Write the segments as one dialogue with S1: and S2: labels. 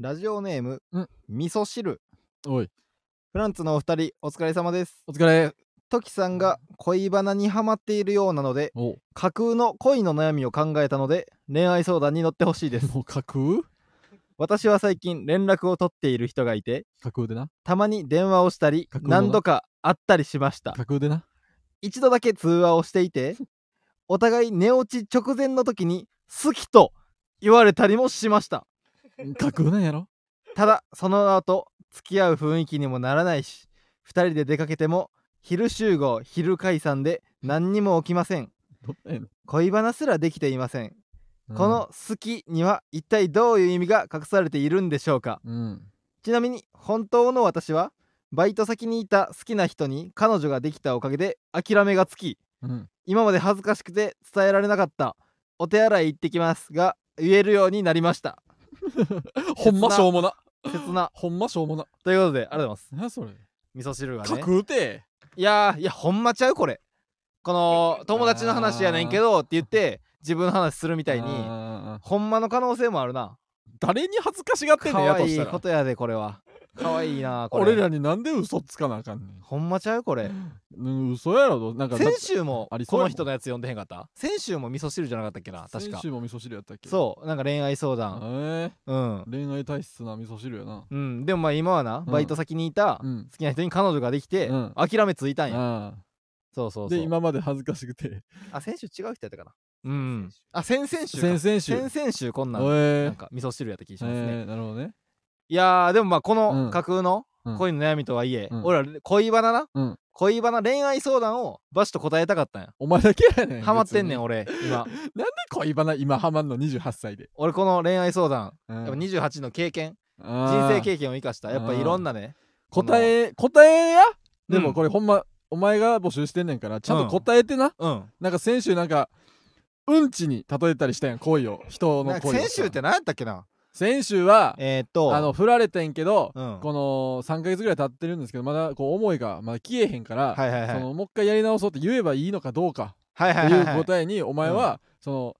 S1: ラジオネーム、
S2: うん
S1: 味噌汁
S2: おい、
S1: フランツのお二人お疲れ様です
S2: お疲れ。
S1: トキさんが恋バナにハマっているようなので
S2: お、
S1: 架空の恋の悩みを考えたので恋愛相談に乗ってほしい です
S2: もう架空
S1: 私は最近連絡を取っている人がいて
S2: 架空でな。
S1: たまに電話をしたり
S2: 架空のな
S1: 何度か会ったりしました
S2: 架空 でな。
S1: 一度だけ通話をしていてお互い寝落ち直前の時に「好き」と言われたりもしました
S2: 架空なんやろ
S1: ただその後付き合う雰囲気にもならないし2人で出かけても昼集合昼解散で何にも起きません
S2: どんなんやね
S1: 恋バナすらできていません、
S2: ん
S1: この「好き」には一体どういう意味が隠されているんでしょうか
S2: うん。
S1: ちなみに本当の私はバイト先にいた好きな人に彼女ができたおかげで諦めがつき
S2: うん。
S1: 今まで恥ずかしくて伝えられなかった「お手洗い行ってきます」が言えるようになりました
S2: ほんましょうもな。
S1: 切な
S2: ほんましょうもな。
S1: ということでありがとうございます
S2: なそれ。
S1: 味噌汁が
S2: 架
S1: ね
S2: 空て。
S1: いやーいやほんまちゃうこれこ の友達の話やねんけどって言って自分の話するみたい
S2: あー
S1: に
S2: あーあー
S1: ほんまの可能性もあるな
S2: 誰に恥ずかしがってん
S1: 可
S2: ねんやと
S1: 愛
S2: し
S1: い
S2: た
S1: こ
S2: ら。
S1: とやでこれは可愛いなこれ
S2: 俺らになんで嘘つかなあかんね
S1: ほんまちゃうこれ
S2: ん。うん嘘やろど。なんかだっ
S1: 先
S2: て
S1: 週も
S2: ありそ
S1: こ
S2: うや
S1: の
S2: もん
S1: 人のやつ読んでへんかった先週も味噌汁じゃなかったっけな確か
S2: 先週も味噌汁やったっけう。
S1: そうなんか恋愛相
S2: え
S1: 談
S2: ー
S1: うん
S2: 恋愛体質な味噌汁やな。
S1: うんでもまあ今はな
S2: うん
S1: バイト先にいた
S2: う
S1: 好
S2: ん。
S1: きな人に彼女ができて
S2: うん
S1: 諦めついたんや
S2: あ
S1: そうそ
S2: あ。
S1: うそ
S2: で、
S1: う
S2: 今まで恥ずかしくて。
S1: あ先週違う人やったかなうんあ先々週か
S2: 先々週。
S1: 先々週こんなん
S2: おえ
S1: なんか味噌汁やった気がしますね、
S2: えーなるほどね。
S1: いやーでもまあこ
S2: うん
S1: の架空の
S2: うん
S1: 恋の悩みとはいえ、
S2: うん
S1: 俺ら恋バナな、
S2: うん
S1: 恋バナ恋愛相談をバシッと答えたかったんや
S2: お前だけやねん。
S1: ハマってんねん
S2: 別に
S1: 俺今
S2: なんで恋バナ今ハマんの28歳で。
S1: 俺この恋愛相談
S2: うん
S1: やっぱ28の経験人
S2: あー
S1: 生経験を生かしたやっぱいろんなね
S2: 答え、答えや
S1: うん
S2: でもこれほんま、お前が募集してんねんから、ちゃんと答えてな。
S1: うん
S2: なんか先週なんか、うんちに例えたりしたやん、恋を。人
S1: な
S2: の
S1: んか
S2: 恋を。
S1: 先週って何やったっけな
S2: 先週は、
S1: えー、っと
S2: あの、振られてんけど、
S1: うん
S2: この3ヶ月ぐらい経ってるんですけど、まだこう思いがまだ消えへんから、
S1: はいはいはい
S2: そのもう一回やり直そうって言えばいいのかどうか
S1: はい
S2: っ
S1: はい
S2: て
S1: はいいうはい
S2: 答えにお前はその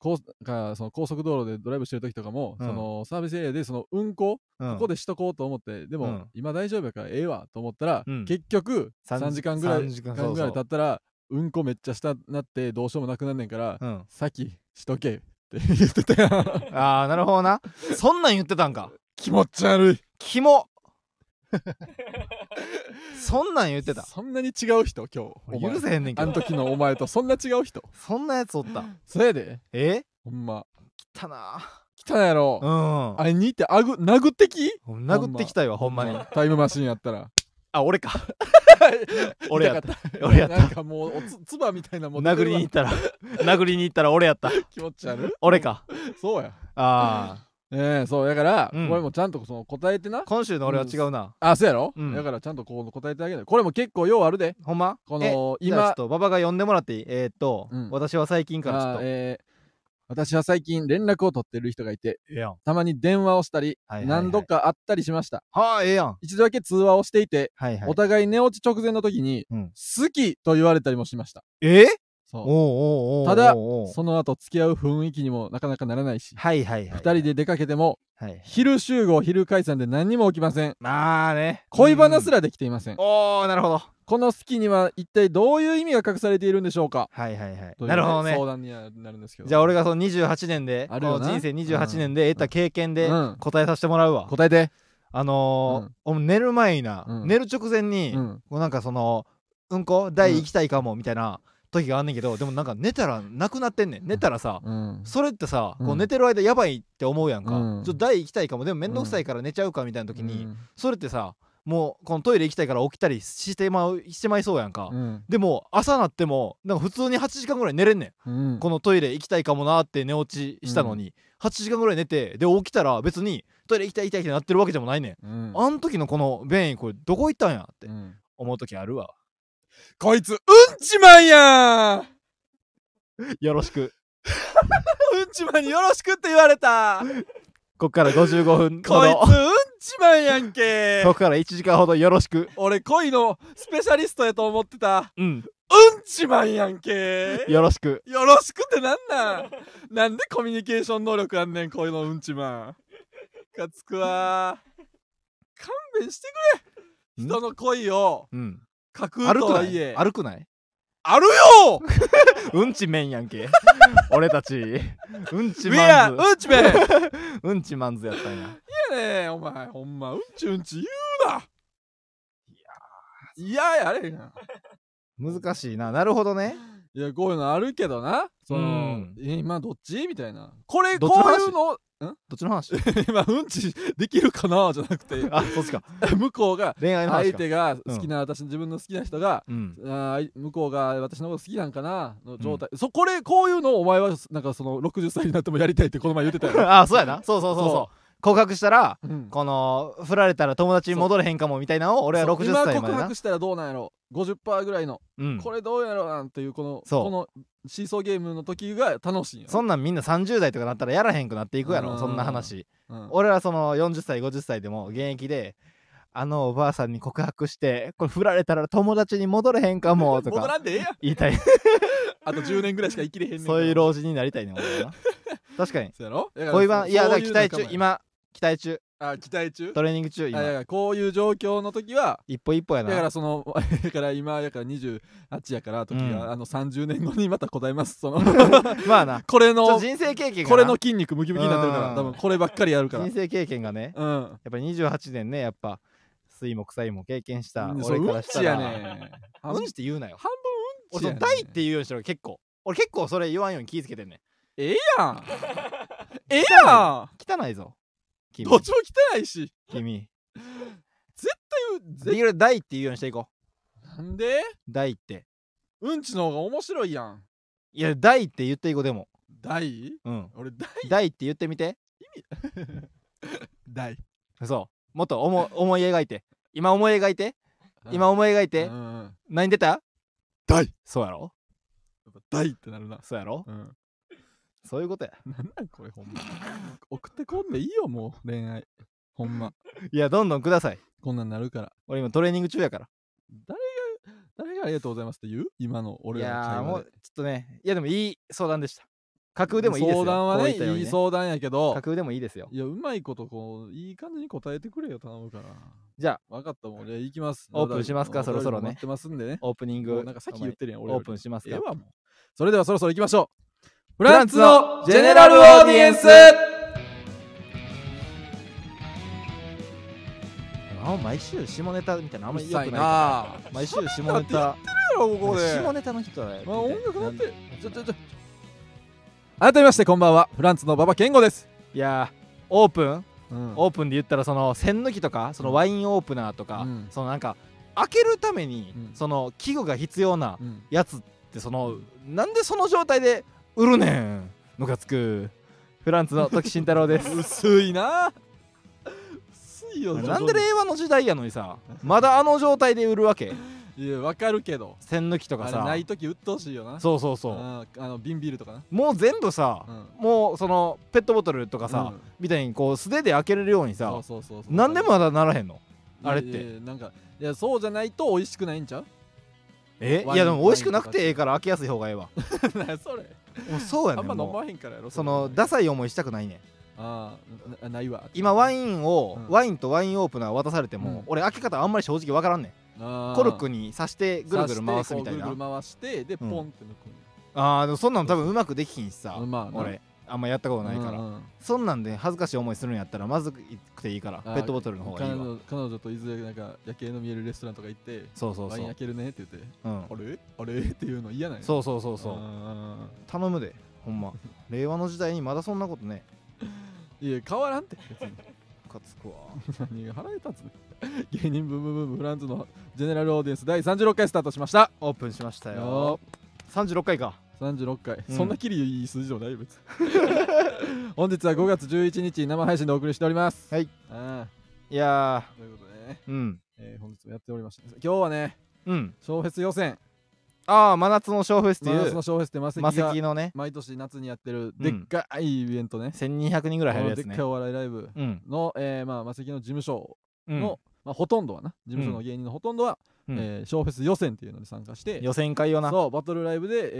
S2: 高かその高速道路でドライブしてる時とかも、
S1: うん
S2: そのサービスエリアでその運行、
S1: うん
S2: ここでしとこうと思ってでも、
S1: うん
S2: 今大丈夫やからええわと思ったら、
S1: うん
S2: 結局
S1: 三
S2: 3時間ぐらい
S1: 三時間そうそう
S2: ぐらい経ったらうんこめっちゃしたなってどうしようもなくなんねんから、
S1: うん
S2: 先しとけって言ってた やん
S1: ああなるほどなそんなん言ってたんか
S2: 気持ち悪い
S1: キ モそんなん言ってた
S2: そんなに違う人今日
S1: 俺
S2: お前
S1: 許せへんねんけ
S2: あの
S1: ど
S2: 時のお前とそんな違う人
S1: そんなやつおった
S2: そやで
S1: え
S2: ほんま
S1: 汚な
S2: 来たやろ、
S1: うん
S2: あれにってあぐ殴ってき
S1: 殴ってきたいわほんまに
S2: タイムマシンやったら
S1: あ俺か 俺やった
S2: 痛かっ た
S1: 俺やった
S2: なんかもうおつつばみたいなもん出て
S1: 殴
S2: る
S1: り
S2: わ
S1: に行ったら殴りに行ったら俺やった
S2: 気持ち悪い
S1: 俺か
S2: そうや
S1: あ
S2: ええそうだから、
S1: うん
S2: これもちゃんとその答えてな
S1: ー今週の俺は違うな
S2: あそうやろ、
S1: うん
S2: だからちゃんとこう答えてあげるこれも結構ようあるで
S1: ほんま
S2: こ
S1: え
S2: の
S1: じゃあちょ
S2: 今
S1: っと馬場が呼んでもらっていいえーっと
S2: うん
S1: 私は最近からちょ
S2: あ
S1: っと
S2: えー私は最近連絡を取ってる人がいて
S1: ええやん
S2: たまに電話をしたり、
S1: はいはいはい
S2: 何度か会ったりしました
S1: はあええやん
S2: 一度だけ通話をしていて、
S1: はいは
S2: お
S1: い
S2: 互い寝落ち直前の時に、
S1: うん
S2: 好きと言われたりもしました
S1: えおう
S2: そ
S1: おうおうおうおう
S2: ただうその後付き合う雰囲気にもなかなかならないし
S1: はいはいはい
S2: 二人で出かけても
S1: はい
S2: 昼集合昼解散で何にも起きません
S1: まあね
S2: 恋バナす
S1: ら
S2: らできていません、
S1: おおなるほど
S2: この好きには一体どういう意味が隠されているんでしょうか
S1: はいはいはい
S2: という
S1: なるほどね
S2: 相談にはなるんですけど
S1: じゃあ俺がその28年で
S2: あ
S1: こ
S2: るよ
S1: の
S2: な
S1: 人生28年で得た経験で
S2: うん
S1: 答えさせてもらうわ、
S2: 答えて、
S1: あのーお寝る前にな、
S2: うん
S1: 寝る直前に、
S2: うん、
S1: こうなんかそのうんこ大行きたいかもみたいな時があんねんけどでもなんか寝たらなくなってんねん寝たらさ、
S2: うん
S1: それってさ、こ
S2: う
S1: うん寝てる間やばいって思うやんか、
S2: うん
S1: ちょっと大行きたいかもでも面倒くさいから寝ちゃうかみたいな時に、それってさもうこのトイレ行きたいから起きたりしてまうしてまいそうやんか、
S2: うん
S1: でも朝なってもなんか普通に8時間ぐらい寝れんねん
S2: うん
S1: このトイレ行きたいかもなって寝落ちしたのに、8時間ぐらい寝てで起きたら別にトイレ行きたい行きたいってなってるわけでもないねん、
S2: うん
S1: あん時のこの便意これどこ行ったんやって
S2: うん
S1: 思う時あるわ
S2: こいつうんちマンやん
S1: よろしく
S2: うんちマンによろしくって言われた
S1: こっから55分 ほ
S2: こい
S1: ど
S2: つうんちマンやんけ
S1: こっから1時間ほどよろしく
S2: 俺恋のスペシャリストやと思ってた
S1: うん
S2: うんちマンやんけ
S1: よろしく
S2: よろしくってなんなんなんでコミュニケーション能力あんねんこういうのうんちマンかつくわー勘弁してくれ
S1: ん
S2: 人の恋を
S1: うん
S2: 架空
S1: 歩
S2: と
S1: くな
S2: はいえ
S1: い歩くない
S2: あるよ
S1: うんちめんやんけ 俺たちうんち
S2: ウェ
S1: ま
S2: ア
S1: んず
S2: うんちめんいや
S1: うんちまんずやったんや
S2: ねお前ほんまうんちうんち言うないやいややれへんやん
S1: 難しいななるほどね
S2: いやこういうのあるけどなその、
S1: うん
S2: え今どっちみたいなこれ
S1: ど
S2: こ
S1: っちの
S2: う
S1: 話
S2: いうの
S1: どっちの話
S2: 今うんちできるかなじゃなくて
S1: あそっちか
S2: 向こうが
S1: 恋愛の話
S2: 相
S1: か
S2: 手が好きな私、自分の好きな人が
S1: うん
S2: あー向こうが私のこと好きなんかなの状態、そこれこういうのをお前はなんかその60歳になってもやりたいってこの前言ってたよ
S1: あそうやなそうそうそうそう告白したら
S2: う、うん
S1: この振られたら友達に戻れへんかもみたいなのを俺は
S2: そう
S1: 60歳
S2: 今
S1: まで
S2: 告
S1: な
S2: 白したらどうなんやろ50%ぐらいの、
S1: うん
S2: これどうやろうなんていうこの
S1: そう
S2: このシーソーゲームの時が楽しいんや
S1: そんなんみんな30代とかなったらやらへんくなっていくや
S2: う
S1: ろ
S2: ん
S1: そんな話
S2: うん
S1: 俺はその40歳50歳でも現役であのおばあさんに告白してこれ振られたら友達に戻れへんか もと
S2: 戻
S1: から
S2: んでええやん
S1: 言い たい
S2: あと10年ぐらいしか生きれへんねんから
S1: そういう老人になりたいね俺は な確かに
S2: そうやろだから
S1: 恋バナいやだ
S2: そ
S1: から
S2: うう
S1: 期待中
S2: 仲間や
S1: 今期待中
S2: あ期待中
S1: トレーニング中
S2: あいやい
S1: 今
S2: やこういう状況の時は
S1: 一歩一歩や
S2: だか
S1: な
S2: らその だから今やから28やから時が、
S1: うん
S2: あの30年後にまた答えますその
S1: まあな
S2: これ
S1: ちょっと
S2: の
S1: 人生経験がな
S2: これの筋肉ムキムキになってるか
S1: う
S2: ら
S1: ん
S2: 多分こればっかりやるから
S1: 人生経験がね
S2: うん
S1: やっぱり28年ねやっぱ水木臭いも経験した
S2: うんそ
S1: 俺
S2: うう
S1: か
S2: ん
S1: らした
S2: ち
S1: ら
S2: やね半
S1: うんちって言うなよ
S2: 半分う
S1: 俺
S2: んち
S1: そ
S2: や
S1: の
S2: ね
S1: 大って言うようにしてる結構俺結構それ言わんように気ぃつけてんねん
S2: やんええや
S1: 汚いぞ
S2: ん
S1: 君
S2: どっちも汚いし
S1: 君で
S2: ぜ
S1: きる大って言うようにしていこ
S2: なん
S1: う
S2: で
S1: 大って
S2: うんちの方が面白いやん
S1: いや大って言っていこうでも
S2: 大
S1: うん
S2: 俺大
S1: 大って言ってみて
S2: 大
S1: そうもっと思思い描いて今思い描いて今思い描いて
S2: うんうんうん
S1: 何出た
S2: 大や
S1: そうやろ
S2: っぱ大ってなるな
S1: そうやろ
S2: うん
S1: そういうことや
S2: なんなんこれほんま送ってこんでいいよもう恋愛ほんま
S1: いやどんどんください
S2: こんなんなるから
S1: 俺今トレーニング中やから
S2: 誰が誰がありがとうございますって言う今の
S1: い
S2: 俺らの
S1: やー
S2: 会
S1: も
S2: 話
S1: う
S2: で
S1: ちょっとねいやでもいい相談でした架空でもいいですよ
S2: 相談は
S1: こう
S2: ね
S1: いったように
S2: いい相談やけど
S1: 架空でもいいですよ
S2: いやうまいことこういい感じに答えてくれよ頼むから
S1: じゃあ
S2: 分かったもんじゃあ行きます
S1: オープンしますか
S2: お便り
S1: そろそろね
S2: 待ってますんでね
S1: オープニン
S2: も
S1: グ
S2: うなんかさっき言ってるやん俺
S1: オ
S2: よ
S1: ー
S2: り
S1: プンします
S2: ええ
S1: か
S2: わもうそれではそろそろ行きましょうフ
S1: ラ
S2: ラ
S1: ン
S2: ン
S1: ツ
S2: ツ
S1: の
S2: の
S1: ジ
S2: ジ
S1: ェ
S2: ェ
S1: ネ
S2: ネ
S1: ラ
S2: ラ
S1: ル
S2: ル
S1: オ
S2: オ
S1: ー
S2: ー
S1: デ
S2: デ
S1: ィ
S2: ィ
S1: エ
S2: エ
S1: ン
S2: ン
S1: ス
S2: ス
S1: あんま毎週下ネタみたいなのあんまり良くないから
S2: な
S1: 毎週下ネタ
S2: ここで
S1: 下ネタの人はね
S2: まあ音楽なん
S1: い
S2: てちょちょちょ改めましてこんばんはフランツの馬場健吾です、
S1: やーオープン
S2: うん
S1: オープンで言ったらその栓抜きとかそのワインオープナーとか、
S2: うん
S1: そのなんか開けるために
S2: うん
S1: その器具が必要な
S2: うん
S1: やつってそのなんでその状態で売るねんムカつくフランツの時慎太郎です
S2: 薄いな薄いよ
S1: なんで令和の時代やのにさまだあの状態で売るわけ
S2: いやわかるけど
S1: 栓抜きとか
S2: あれ
S1: さ
S2: ない時うっとうしいよな
S1: そうそうそう
S2: あーあの瓶ビールとかな
S1: もう全部さ、
S2: うん
S1: もうそのペットボトルとかさ、
S2: うん
S1: みたいにこう素手で開けれるように
S2: そ
S1: さ
S2: うそうそうそう
S1: なんでまだならへんの
S2: いや
S1: あれって
S2: いやいやなんかいやそうじゃないと美味しくないんち ゃう
S1: え
S2: ワ
S1: い
S2: イン
S1: やでも美味しくなくてええから開けやすい方がええわ
S2: なそれ
S1: もうそうや
S2: あ
S1: ね
S2: ん
S1: ん
S2: ま飲
S1: も
S2: まへんからやろ
S1: うその
S2: れ
S1: ダサい思いしたくないねん
S2: あーなないわ
S1: 今ワ
S2: ン
S1: インを、
S2: うん
S1: ワインとワインオープナー渡されても、
S2: うん
S1: 俺開け方あんまり正直わからんねんコルクに刺してぐるぐる回すみたい
S2: ぐ
S1: な
S2: るぐる回してで
S1: う
S2: ポ
S1: ん
S2: ンって抜くん
S1: あーでもそんなの多分うまくできひんしさ、
S2: やまな
S1: 俺あんまやったことないから、
S2: うんうん
S1: そんなんで恥ずかしい思いするんやったらまずくていいからペ
S2: あー
S1: ットボトルの方がいい
S2: 彼
S1: わ
S2: 女彼女といずれなんか夜景の見えるレストランとか行って
S1: そうそう
S2: ワ
S1: そ
S2: イン焼
S1: う、
S2: けるねって言って
S1: うん、
S2: あれあれっていうの嫌なんや
S1: そうそうそうそう
S2: あ
S1: 頼むでほんま令和の時代にまだそんなことね
S2: ーいや変わらんって 別に
S1: ムカつく わ
S2: 何が腹立つね芸人ブームブームフランツのジェネラルオーディエンス第36回スタートしました
S1: オープンしましたよ
S2: よ
S1: 36回か
S2: 36回、
S1: うん
S2: そんなきりいい数字でもないよ別に 本日は5月11日生配信でお送りしております
S1: はい
S2: あ
S1: いや
S2: ーということでね、
S1: ーうん
S2: えー本日もやっておりました今日はね
S1: うん
S2: 小フェス予選
S1: ああ真夏のショーフェスってい
S2: 真夏の
S1: う
S2: 小フェスってマセキ
S1: マセ
S2: が
S1: キのね
S2: 毎年夏にやって
S1: う
S2: る
S1: ん
S2: でっかいイベントね、
S1: 1200人ぐらい入るや
S2: こので
S1: つ
S2: っ
S1: ね
S2: かいお笑いライブ
S1: うん
S2: の、えーまあ、マセキの事務所
S1: う
S2: の、
S1: ん
S2: まあ、ほとんどはな事務所の芸人のほとんどは、
S1: うん
S2: えーショーフェス予選っていうのに参加して、
S1: 予選会よな
S2: そうバトルライブで、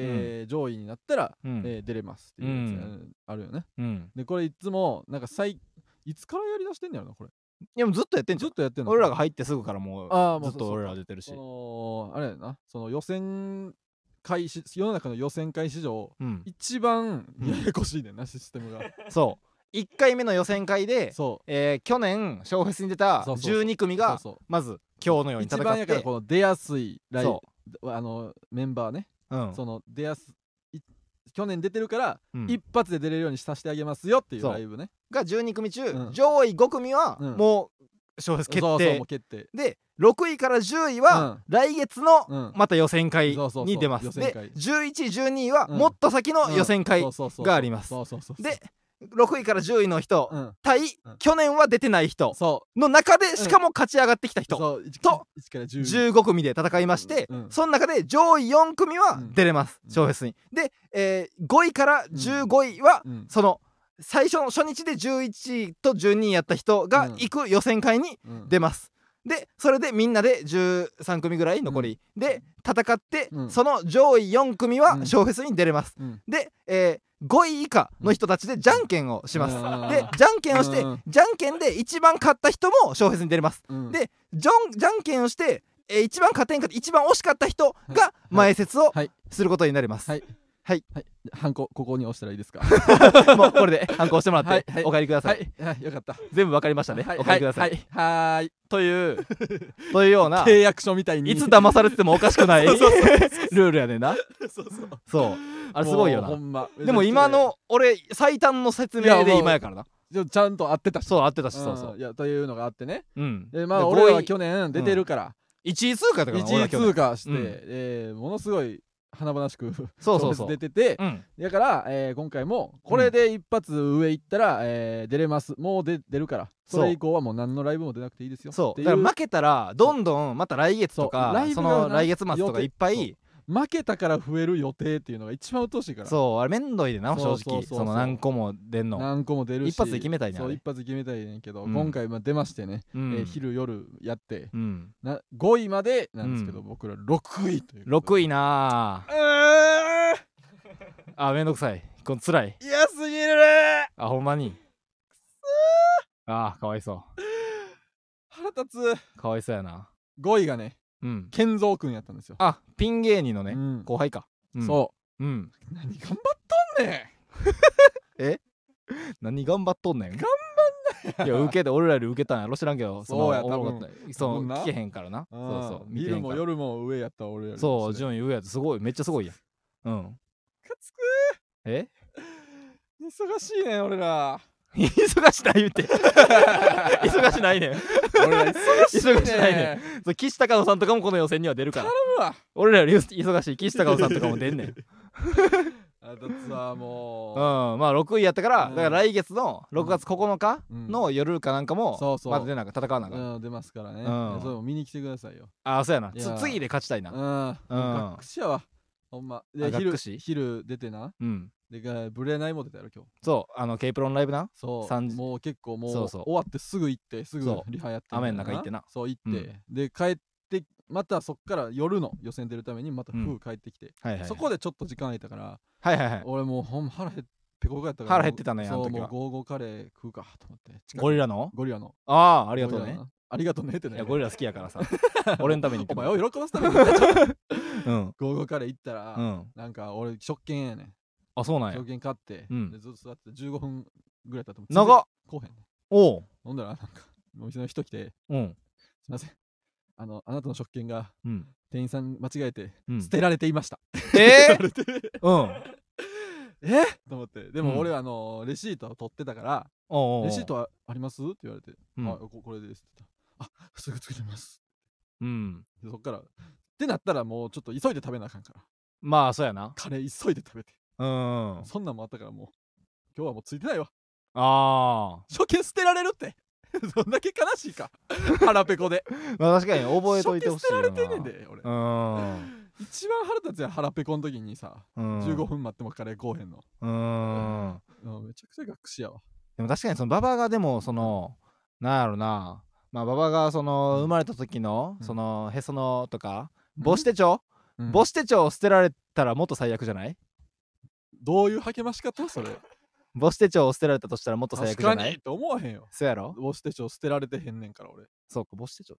S2: えー上位になったら、
S1: うん
S2: えー出れますっていうやつ、
S1: うん
S2: うんあるよね
S1: うん
S2: でこれいつもなんか最いつからやりだしてんねやろなこれ
S1: いやもうずっとやってんじゃ
S2: ずっ
S1: ん
S2: とやってんの
S1: 俺らが入ってすぐからもう
S2: ああも
S1: ず
S2: う
S1: っと俺ら出てるし
S2: そのあれやなその予選開始世の中の予選会史上
S1: うん
S2: 一番
S1: うん
S2: ややこしいねんな、システムが
S1: そう1回目の予選会で、
S2: そ
S1: えー去年小フェスに出た
S2: そうそうそう
S1: 12組
S2: うそう
S1: が
S2: そ
S1: まず今日のよう
S2: う
S1: に
S2: 一
S1: 戦
S2: 番
S1: っ
S2: やから
S1: て
S2: この出やすいライ
S1: そ
S2: あのメンバーね、
S1: う、うん
S2: その出やすい去年出てるから、
S1: うん
S2: 一発で出れるようにさせてあげますよっていう
S1: そう
S2: ライブね
S1: が12組中、
S2: うん
S1: 上位5組は
S2: うん
S1: もう小フェス決定、
S2: そうそうもう決定
S1: で6位から10位は来月の
S2: うん
S1: また予選会
S2: そうそうそう
S1: に出ます、
S2: 予選会
S1: で11位12位は
S2: うん
S1: もっと先の予選会、
S2: うんそうそうそう
S1: があります
S2: そうそうそうそう
S1: で6位から10位の人、
S2: うん
S1: 対、
S2: うん
S1: 去年は出てない人
S2: そ
S1: の中でしかも勝ち上がってきた
S2: う
S1: 人、
S2: そう一
S1: と
S2: 一から10
S1: 15組で戦いまして、
S2: うんうん
S1: その中で上位4組は出れます、
S2: うん
S1: 小フェスに。で、え5位から15位は、
S2: うん
S1: その最初の初日で11位と12位やった人が行く予選会に
S2: うん
S1: 出ます。でそれでみんなで13組ぐらい残り、で戦って、
S2: うん
S1: その上位4組は
S2: うん
S1: 小フェスに出れます。
S2: うん
S1: で、え5位以下の人たちでじゃんけんをします。
S2: うん
S1: でじゃんけんをして、
S2: うん
S1: じゃんけんで一番勝った人も小フェスに出れます。
S2: うん
S1: でジョンじゃんけんをして、えー一番勝てんかった一番惜しかった人が
S2: い
S1: 前説を
S2: はい
S1: することになります、
S2: はいハンコここに押したらいいですか
S1: もうこれで反抗してもらって、
S2: はいはい
S1: お帰りください、
S2: はいはいよかった
S1: 全部わかりましたね、
S2: はい
S1: お帰りください、
S2: はいはいはい
S1: というというような
S2: 契約書みたいに
S1: いつ騙されててもおかしくない ルールやねんな
S2: そうそう
S1: そうあれすごいよ
S2: もうほ
S1: なん
S2: ま
S1: でも今の俺最短の説
S2: いや
S1: 明
S2: も
S1: で
S2: う
S1: 今やからな
S2: ちょちゃんと合ってたし
S1: そう合ってたしそうそ
S2: ん
S1: う
S2: いやというのがあってね
S1: うん
S2: でまあ
S1: で
S2: 俺ら
S1: 五
S2: は
S1: 位
S2: 去年出てるから
S1: 1位通過とかな俺
S2: 1
S1: は
S2: 位
S1: 去年
S2: 通過して
S1: うん
S2: えーものすごい華々しく
S1: そうそうそう
S2: 出てて
S1: うん
S2: だからえー今回もこれで一発上行ったらえー出れますもう出出るから
S1: そう
S2: それ以降はもう何のライブも出なくていいですよ
S1: そ
S2: って
S1: う
S2: い
S1: だから負けたらどんどんまた来月と
S2: そう
S1: か
S2: ライ
S1: そ
S2: ブがな
S1: の来月末とかいっぱ
S2: そう
S1: い
S2: 負けたから増える予定っていうのが一番うっとうしいから
S1: そうあれ面倒いでな正
S2: そうそう
S1: 直
S2: そうそう
S1: その何個も出んの
S2: 何個も出るし
S1: 一発で決めたいね
S2: そ
S1: あ
S2: う
S1: れ
S2: 一発で決めたいねんけど、
S1: うん
S2: 今回まあ出ましてね、
S1: うん
S2: えー昼夜やって
S1: うん
S2: な5位までなんですけど、
S1: う
S2: 僕ら6位という
S1: 6
S2: 位
S1: 位な
S2: うー
S1: ああめんどくさいこのつらい
S2: ん安すぎる
S1: あほんまにあーかわいそ
S2: 腹立
S1: うかわいそうやな
S2: つ5位がね
S1: うん
S2: 健三君やったんですよ、
S1: あピン芸人のね
S2: うん
S1: 後輩か
S2: そう
S1: うん
S2: う何頑張っとんね
S1: 何頑張っとんねん
S2: 頑張んないよ
S1: や受けて俺らより受けたんやろ知らんけど
S2: そうや
S1: のおもろかったそう
S2: 多分な
S1: 聞けへんからなんそうそう
S2: 見
S1: 見てへ
S2: る
S1: ん
S2: も
S1: から
S2: 夜も上やった俺ら
S1: そう
S2: じゃ
S1: 順位上やつすごいめっちゃすごいやんうん
S2: かつく
S1: え
S2: 忙しいねん俺ら
S1: 忙しない言うて忙しない ねん
S2: 俺ら忙しいねん
S1: 忙しないねそう岸高野さんとかもこの予選には出るから
S2: 頼むわ
S1: 俺らより忙しい岸高野さんとかも出 んねんうん
S2: あとさもう、
S1: まあ6位やったから
S2: うん
S1: だから来月の6月9日の夜かなんか
S2: そ
S1: も
S2: うそう
S1: まだ出なか戦わなあかん
S2: うん、出ますからね、
S1: うん
S2: それも見に来てくださいよ
S1: ああそうやない
S2: や
S1: つ次で勝ちたい
S2: うん、
S1: な
S2: もう学士やわほんま
S1: あ
S2: で
S1: 学
S2: 昼
S1: 士
S2: 昼出てな
S1: うん
S2: でがブレないも出たやろ今日
S1: そうあの K プロのライブな
S2: そう
S1: 三時
S2: もう結構もう
S1: そうそう
S2: 終わってすぐ行ってすぐ
S1: そう
S2: リハやって
S1: 雨の中行ってな
S2: そう行って、で帰ってまたそっから夜の予選出るためにまた
S1: うん
S2: 風帰ってきて、
S1: はいはい
S2: そこでちょっと時間空いたから、
S1: はいはいはい
S2: 俺もうほんま腹減ってペコペコやったから
S1: 腹減ってたね
S2: そう
S1: あの時
S2: も
S1: は
S2: うゴーゴーカレー食うかと思って近く
S1: ゴリラの
S2: ゴリラの
S1: あああ
S2: あ
S1: りがとうね
S2: ありがとうねってね
S1: いやゴリラ好きや からさ俺のために言っ
S2: お
S1: て
S2: 前
S1: くれ
S2: を喜ばすために言ったじゃん
S1: うん
S2: ゴーゴーカレー行ったら、
S1: うん
S2: なんか俺食券やねん
S1: あそうなんや
S2: 食券買って、
S1: うん
S2: でずっと座ってて15分ぐらい経っても
S1: 長っ
S2: こうへんねん
S1: おう
S2: ほんだらなんかお店の人来て
S1: うん
S2: すいませんあのあなたの食券が
S1: うん
S2: 店員さん間違えて
S1: うん
S2: 捨てられていました、
S1: え
S2: 捨てられて
S1: ーうん
S2: えと思ってで
S1: うん
S2: も俺はあのレシートを取ってたから、
S1: おうおうおう
S2: レシートはありますって言われて、
S1: うん
S2: あここれですって言ったらあすぐ作ります
S1: うん
S2: でそっからってなったらもうちょっと急いで食べなあかんから
S1: まあそうやな
S2: カレー急いで食べて
S1: うんあ
S2: そんなんもあったからもう今日はもうついてないわ
S1: あ
S2: 初見捨てられるって そんだけ悲しいか腹ペコで
S1: まあ確かに覚えといてほしいよな
S2: 初見捨てられてんねんで俺、
S1: うーん
S2: 一番腹立つやん腹ペコの時にさ、
S1: うん
S2: 15分待ってもカレーこうへんの、
S1: うーん
S2: うんめちゃくちゃ学士やわ
S1: でも確かにその馬場がでもそのなんやろなまあ馬場がその
S2: うん
S1: 生まれた時の
S2: うん
S1: そのへそのとか母子手帳
S2: うん
S1: 母子手帳を捨てられたらもっと最悪じゃない
S2: どういう励まし方それ
S1: 母子手帳を捨てられたとしたらもっと最悪じ
S2: 確
S1: ゃ
S2: か
S1: な
S2: に
S1: い
S2: って思わへんよ
S1: そうやろ
S2: 母子手帳捨てられてへんねんから俺
S1: そうか母子手帳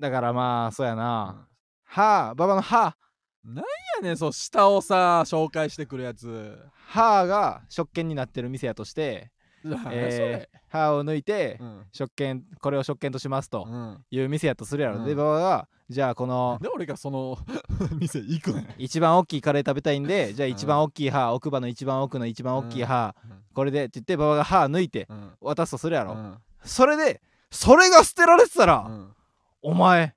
S1: だからまあそうやな、はあババのは
S2: やねんそう下をさ紹介してくるやつ
S1: あはあが食券になってる店やとして、えー、はあを抜いて、
S2: ーうん
S1: 食券これを食券としますと
S2: うん、
S1: いう店やとするやろ、
S2: うん
S1: でババがじゃあこ
S2: なん
S1: の
S2: で俺がその 店行くんや
S1: 一番大きいカレー食べたいんでじゃあ
S2: うん
S1: 一番大きい歯、奥歯の一番奥の一番大きい歯、
S2: うん
S1: これでって言ってババが歯抜いて
S2: うん
S1: 渡すとするや
S2: う
S1: ろ、
S2: ん
S1: それでそれが捨てられてたら、
S2: うん
S1: お前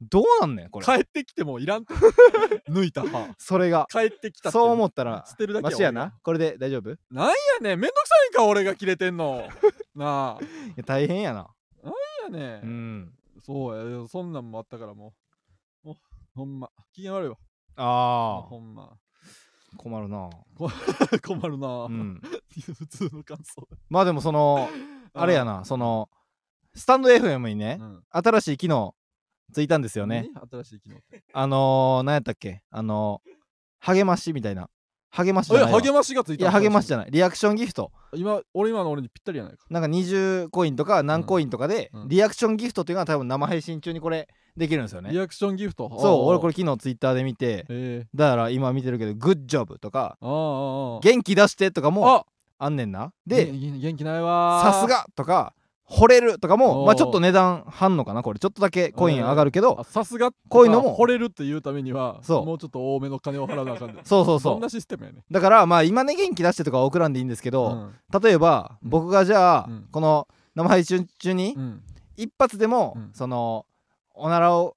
S1: どうなんねんこれ
S2: 帰ってきてもいらんって 抜いた歯
S1: それが
S2: 帰ってきたって
S1: そう思ったら
S2: 捨てるだけ
S1: マシやなこれで大丈夫い
S2: 俺がなんやねんめんどくさいんか俺が切れてんの なあ
S1: や大変やな
S2: なんやねん
S1: うん
S2: そうやでもそんなんもあったからもうもうほんま機嫌悪いわ
S1: あ
S2: ほ
S1: ー
S2: んま
S1: 困るな
S2: 困るな、
S1: うん
S2: 普通の感想
S1: まあでもその あれやなそのスタンド FM にね、
S2: うん
S1: 新しい機能ついたんですよね。
S2: 何新しい機能って
S1: あのー、何やったっけあのー、励ましみたいな。励ましじゃ
S2: え
S1: ないわ
S2: 励ましがつい
S1: い
S2: た
S1: や、励ましじ
S2: ゃ
S1: ゃない。リアクションギフト。
S2: 今俺今の俺にぴったりやないか
S1: なんか20コインとか何コインとかで、
S2: うんうん
S1: リアクションギフトっていうのは多分生配信中にこれできるんですよね
S2: リ。アクションギフト
S1: そう、俺こ
S2: れ
S1: れ昨日ツイッターで見て、
S2: ええ
S1: だから今見てるけど、グッジョブとか、
S2: ああああ
S1: 元気出してとかも
S2: あ
S1: あんねんな。
S2: げ
S1: で、
S2: げ元気ないわー
S1: さすがとか、惚れるとかも、
S2: おー
S1: まあちょっと値段はんのかな、これ。ちょっとだけコイン上がるけど
S2: あ、さすが
S1: こういうのも
S2: 惚れるっていうためには
S1: そう
S2: もうちょっと多めの金を払わなあかんで
S1: そうそう
S2: そ
S1: そ
S2: んなシステムやね
S1: う。だから、まあ今ね、元気出してとかは送らんでいいんですけど、
S2: うん
S1: 例えば
S2: うん
S1: 僕がじゃあ、
S2: うん
S1: この生配信中に
S2: うん
S1: 一発でも、
S2: うん
S1: そのおならを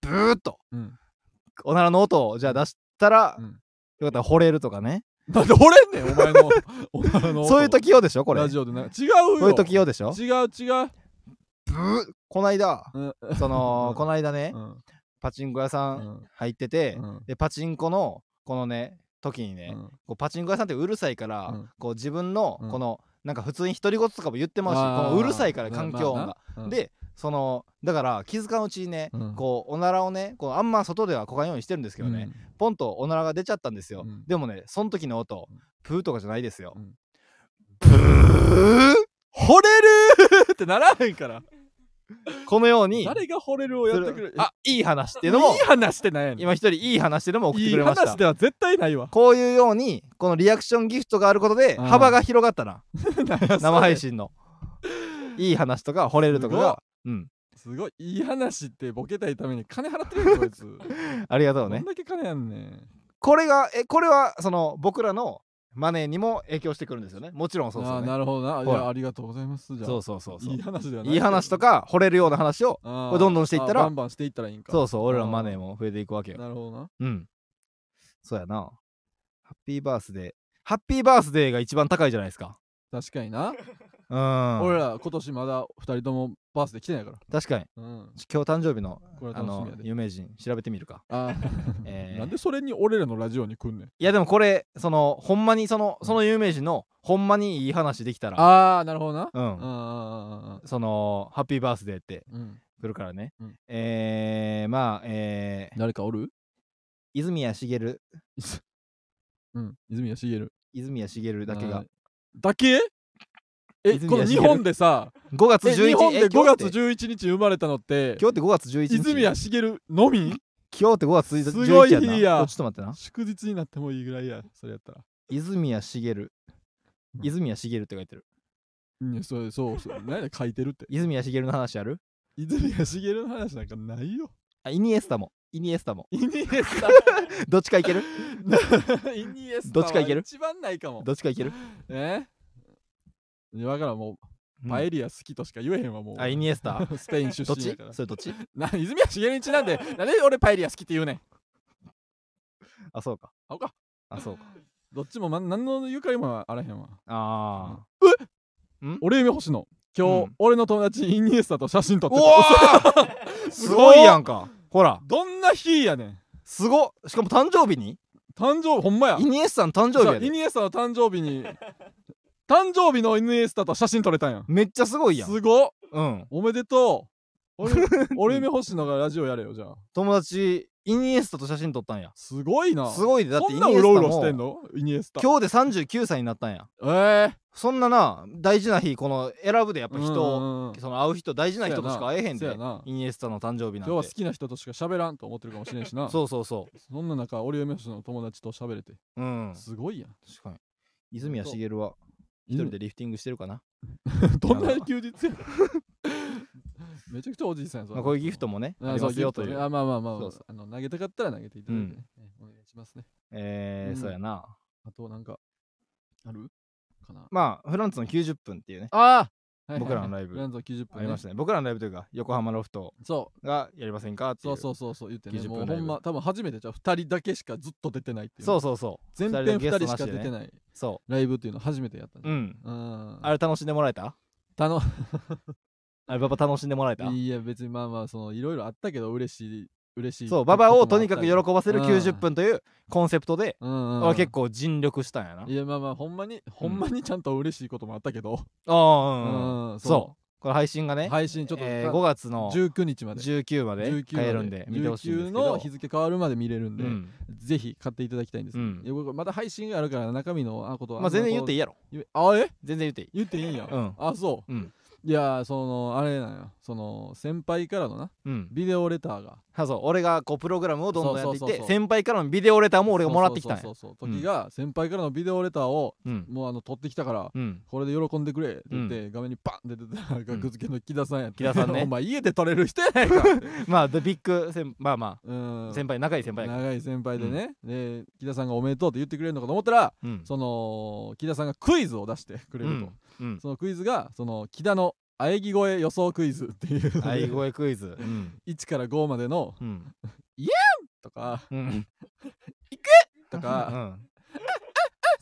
S1: ブーッと
S2: うん
S1: おならの音をじゃあ出したら、
S2: うん
S1: よかったら惚れるとかね
S2: なんで惚れんねんお 前のお前の
S1: そういう時用でしょこれ
S2: ラ
S1: そ
S2: ジオでな違うよ
S1: ういう時用でしょ
S2: 違う違う
S1: ブーッこないだ
S2: うん
S1: その
S2: うん
S1: こないだね、
S2: うん
S1: パチンコ屋さ
S2: うんん
S1: 入ってて、
S2: うん
S1: でパチンコのこのね時にね、
S2: うん
S1: こうパチンコ屋さんってうるさいから、
S2: うん
S1: こう自分の
S2: うん
S1: この、なんか普通に独り言とかも言ってますし
S2: あー
S1: このうるさいから環境音が、
S2: まあなうん
S1: でそのだから気づかんうちにね、
S2: うん
S1: こうおならをねこうあんま外ではこかんようにしてるんですけどね、ポンとおならが出ちゃったんですよ、
S2: うん
S1: でもねその時の音
S2: うん
S1: プーとかじゃないですよ、
S2: うん
S1: ブー
S2: うん惚れるってならへんから
S1: このように
S2: 誰が惚れるをやってくれる
S1: あいい話っていうのも
S2: いい話してないやねん
S1: 今一人いい話っていうのも送って
S2: い
S1: く
S2: い
S1: れました
S2: 話では絶対ないわ
S1: こういうようにこのリアクションギフトがあることで
S2: うん
S1: 幅が広がった な 生
S2: 生
S1: 配信のいい話とか惚れるとかがうん
S2: すごいいい話ってボケたいために金払ってるよこ いつ
S1: ありがと
S2: ど
S1: うんね
S2: だけ金やんねん
S1: これがえこれはその僕らのマネーにも影響してくるんですよねもちろんそうそ
S2: あ
S1: う
S2: ー
S1: ね
S2: なるほどな。い
S1: ほら
S2: や、ありがとうございます。じゃあ、
S1: そうそうそうそう
S2: いい話ではない。
S1: いい話と
S2: か、
S1: か惚れるような話を
S2: こ
S1: これどんどんしていったら
S2: バンバンしていったらいいんか。
S1: そうそう俺らのマネー
S2: も。
S1: も増えていくわけよ
S2: なるほどな。
S1: うんそうやなハッピーバースデーハッピーバースデーが一番高いじゃないですか
S2: 確かにな。
S1: うん
S2: 俺ら、今年まだ2人ともバースで来てないから。
S1: 確かに
S2: うん。
S1: 今日誕生日の
S2: これ
S1: あ
S2: 楽しみ
S1: の
S2: やで。
S1: 有名人調べてみるか
S2: あー
S1: えー
S2: なんでそれに俺らのラジオに来んねん。
S1: いやでもこれそのほんまにそのその有名人のほんまにいい話できたら
S2: ああ、なるほどな。
S1: う
S2: うん
S1: ん
S2: うん
S1: そのハッピーバースデーって
S2: うんうんうん。
S1: 来るからね、
S2: うん
S1: えー、まあえー、
S2: 誰かおる
S1: 泉谷しげる
S2: うん。泉谷しげる。
S1: 泉谷しげるだけ
S2: は
S1: が
S2: い。だけえ、
S1: 泉
S2: この
S1: 谷しげ
S2: 日
S1: る
S2: 本でさ、
S1: 5月
S2: え
S1: 11
S2: 日本
S1: え
S2: で5
S1: 今日
S2: 月
S1: って
S2: 11日生まれたのって、
S1: 今日って5月11日
S2: 泉谷しげるのみ
S1: 今日って5月11日
S2: すごい
S1: やな
S2: 日や
S1: おちょっと待ってな
S2: 祝日になってもいいぐらいや、それやったら。
S1: 泉谷しげる
S2: うん
S1: 泉谷しげるって書いてる
S2: いやそうそうそう、何で書いてるって。
S1: 泉谷しげるの話ある
S2: 泉谷しげるの話なんかないよ。
S1: あイニエスタもイニエスタも
S2: イニエス
S1: どっちかい ける
S2: タ。イニエスタ。
S1: どっちかいける
S2: 一番ないかも。
S1: どっちかいける
S2: え今からんもう、パエリア好きとしか言えへんわ、もう。
S1: あイニエス タ
S2: スペイン出
S1: どっ
S2: 身
S1: ち
S2: やから
S1: そ。れどっち
S2: な泉谷しげるにちなんで、 なんで俺パエリア好きって言うねん。
S1: あそうか
S2: あか
S1: あそうか
S2: どっちも、ま、何のゆかりもあらへんわ。
S1: あ
S2: 俺夢星野。今日、
S1: うん
S2: 俺の友達イニエスタと写真撮っ
S1: あ
S2: てた
S1: ー すごいやんかほら
S2: どんな日やねん。
S1: すごっしかも誕生日に
S2: 誕生日、ほんまや
S1: イ。ニエスタの誕生日や
S2: さイ
S1: で
S2: ニエスタの誕生 日に誕生日のイニエスタと写真撮れたんやん
S1: めっちゃすごいやん
S2: すごっ
S1: うん
S2: おめでとう俺俺夢星野がラジオやれよじゃあ
S1: 友達イニエスタと写真撮ったんや
S2: すごいな
S1: すごいでだって
S2: そ
S1: イ
S2: ん
S1: ニエ
S2: な
S1: スタ
S2: うろうろしてん
S1: も
S2: のイニエスタ
S1: 今日で39歳になったんや
S2: え
S1: そんなな大事な日この選ぶでやっ
S2: え
S1: ぱ人をその会う人大事な人
S2: そう
S1: と
S2: やな
S1: しか会えへん
S2: そう
S1: で
S2: やな
S1: イニエスタの誕生日な
S2: 今日は
S1: ん
S2: 好
S1: て
S2: きな人としか喋らんと思ってるかもしれんしな
S1: そうそうそ
S2: そんな中オリオメシの友達と喋れて
S1: ううん
S2: すごいやん
S1: 確かに泉谷しげるは一人でリフティングしてるかな、
S2: どんな休日や めちゃくちゃおじいさんやぞ
S1: まあ、こういうギフトもねありますよという
S2: あまあまあまあ、ま
S1: そう
S2: あ
S1: そう、
S2: あの投げたかったら投げていただいて、ねお願いしますね
S1: えー
S2: うん
S1: そうやな
S2: あとなんかあるかな
S1: まあフランツの90分っていうね
S2: ああ
S1: 僕らのライブ
S2: ランゾ90分、ね、
S1: ありましたね僕らのライブというか横浜ロフト
S2: そ
S1: がやりませんかっ
S2: う
S1: てい
S2: そううそうそうそう言ってね
S1: 90
S2: も
S1: 分
S2: うほ
S1: ライブ
S2: んま多分初めてじゃ2人だけしかずっと出てないっていう
S1: そうそうそう
S2: 全編2人しか
S1: で
S2: 出て
S1: ね
S2: ない
S1: そ
S2: ライブっていうの初めてやったん
S1: う
S2: で
S1: うん
S2: うん
S1: あれ楽しんでもらえた
S2: たの
S1: あれババ楽しんでもらえた
S2: いや別にまあまあそのいろいろあったけど嬉しい嬉しい
S1: そうババをとにかく喜
S2: ぶ
S1: ばせる
S2: うん
S1: 90分というコンセプトで
S2: うんうんうん、
S1: 俺結構尽力したんやなあ
S2: いやまあまあほんまにほんまにちゃんと嬉しいこともあったけど、
S1: あ
S2: う
S1: うんうん
S2: ん
S1: そこれ配信がね
S2: 配信ちょっと、
S1: えー5月の
S2: 19日まで
S1: 19まで
S2: 19
S1: 買えるんで見てほしいんですけ
S2: 19の
S1: ど
S2: 日付変わるまで見れるん
S1: う
S2: で、
S1: ん
S2: ぜひ買っていただきたいんですけど、
S1: うん
S2: いや僕また配信があるから中身のあことは
S1: まあ全然言っていいやろ
S2: いいあえ
S1: 全然言っていい
S2: 言っていいんや、
S1: うん
S2: あそう、
S1: うん
S2: いやそのあれなんやその先輩からのな
S1: うん
S2: ビデオレターが
S1: あそう俺がこうプログラムをどんどんやってい
S2: そうそ
S1: っ
S2: うそう
S1: て
S2: そう
S1: 先輩からのビデオレターも俺がもらってきたん
S2: そ
S1: や
S2: うそうそうそう時が先輩からのビデオレターを
S1: うん
S2: もうあの撮ってきたから
S1: うん
S2: これで喜んでくれって言って、画面にパンって出てた学付けの木田さんやって、
S1: 木田さんね
S2: お前家で撮れる人や ないか
S1: まあでビッグ先まあま
S2: うん
S1: あ先輩仲いい先輩やから
S2: 長い先輩でね、で木田さんがおめでとうって言ってくれるのかと思ったら
S1: うん
S2: その木田さんがクイズを出してくれると、
S1: うん
S2: そのクイズがその木田の喘ぎ声予想クイズっていうので
S1: 愛 声クイズうん
S2: 1から5までの
S1: うん
S2: とか
S1: うん
S2: と
S1: う
S2: か
S1: ん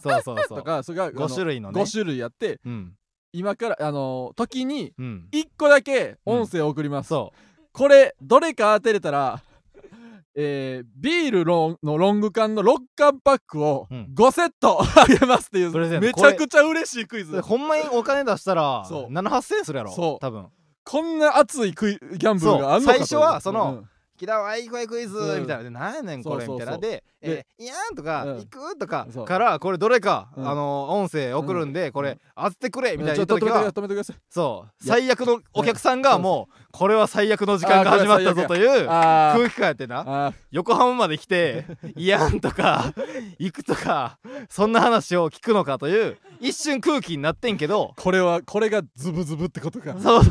S1: そうそう そ
S2: と
S1: う
S2: かそれが
S1: 5種類のね
S2: 5種類やって
S1: うん
S2: 今からあの時に
S1: うん
S2: 1個だけ音声を送ります、
S1: そ
S2: これどれか当てれたら、 えービールロンのロング缶の6缶パックを
S1: うん
S2: 5セットあげますっていう、
S1: プレゼント
S2: めちゃくちゃ嬉しいクイズ
S1: うほんまにお金出したら
S2: そう
S1: 78000円するやろ
S2: そう
S1: 多分
S2: こんな熱いクイギャンブルがあんの
S1: そ
S2: かと
S1: う最初はその
S2: うん
S1: 「木田は愛声クイズ」
S2: うん
S1: みたいなで「なんやねん
S2: そう
S1: こ
S2: そ
S1: れ」
S2: うそう
S1: みたいなで「え
S2: で
S1: ーいやーん」とか
S2: う
S1: 「
S2: ん
S1: 行く?」とか
S2: そう
S1: からこれどれか
S2: うん
S1: あの音声送るんでこ
S2: う
S1: れ
S2: ん
S1: 当ててくれみたい
S2: ち
S1: な言っ
S2: ょっ
S1: た
S2: と止
S1: 時
S2: めてくだ
S1: は
S2: さい止めてください
S1: そう
S2: いや
S1: 最悪のお客さん
S2: そ
S1: が
S2: う
S1: もうこれは最悪の時間が始まったぞという
S2: あー
S1: 空気感やってな
S2: あ
S1: 横浜まで来 て「いやん」とか「行く」とかそんな話を聞くのかという一瞬空気になってんけ ど
S2: ーこれはこれがズブズブってことか
S1: そう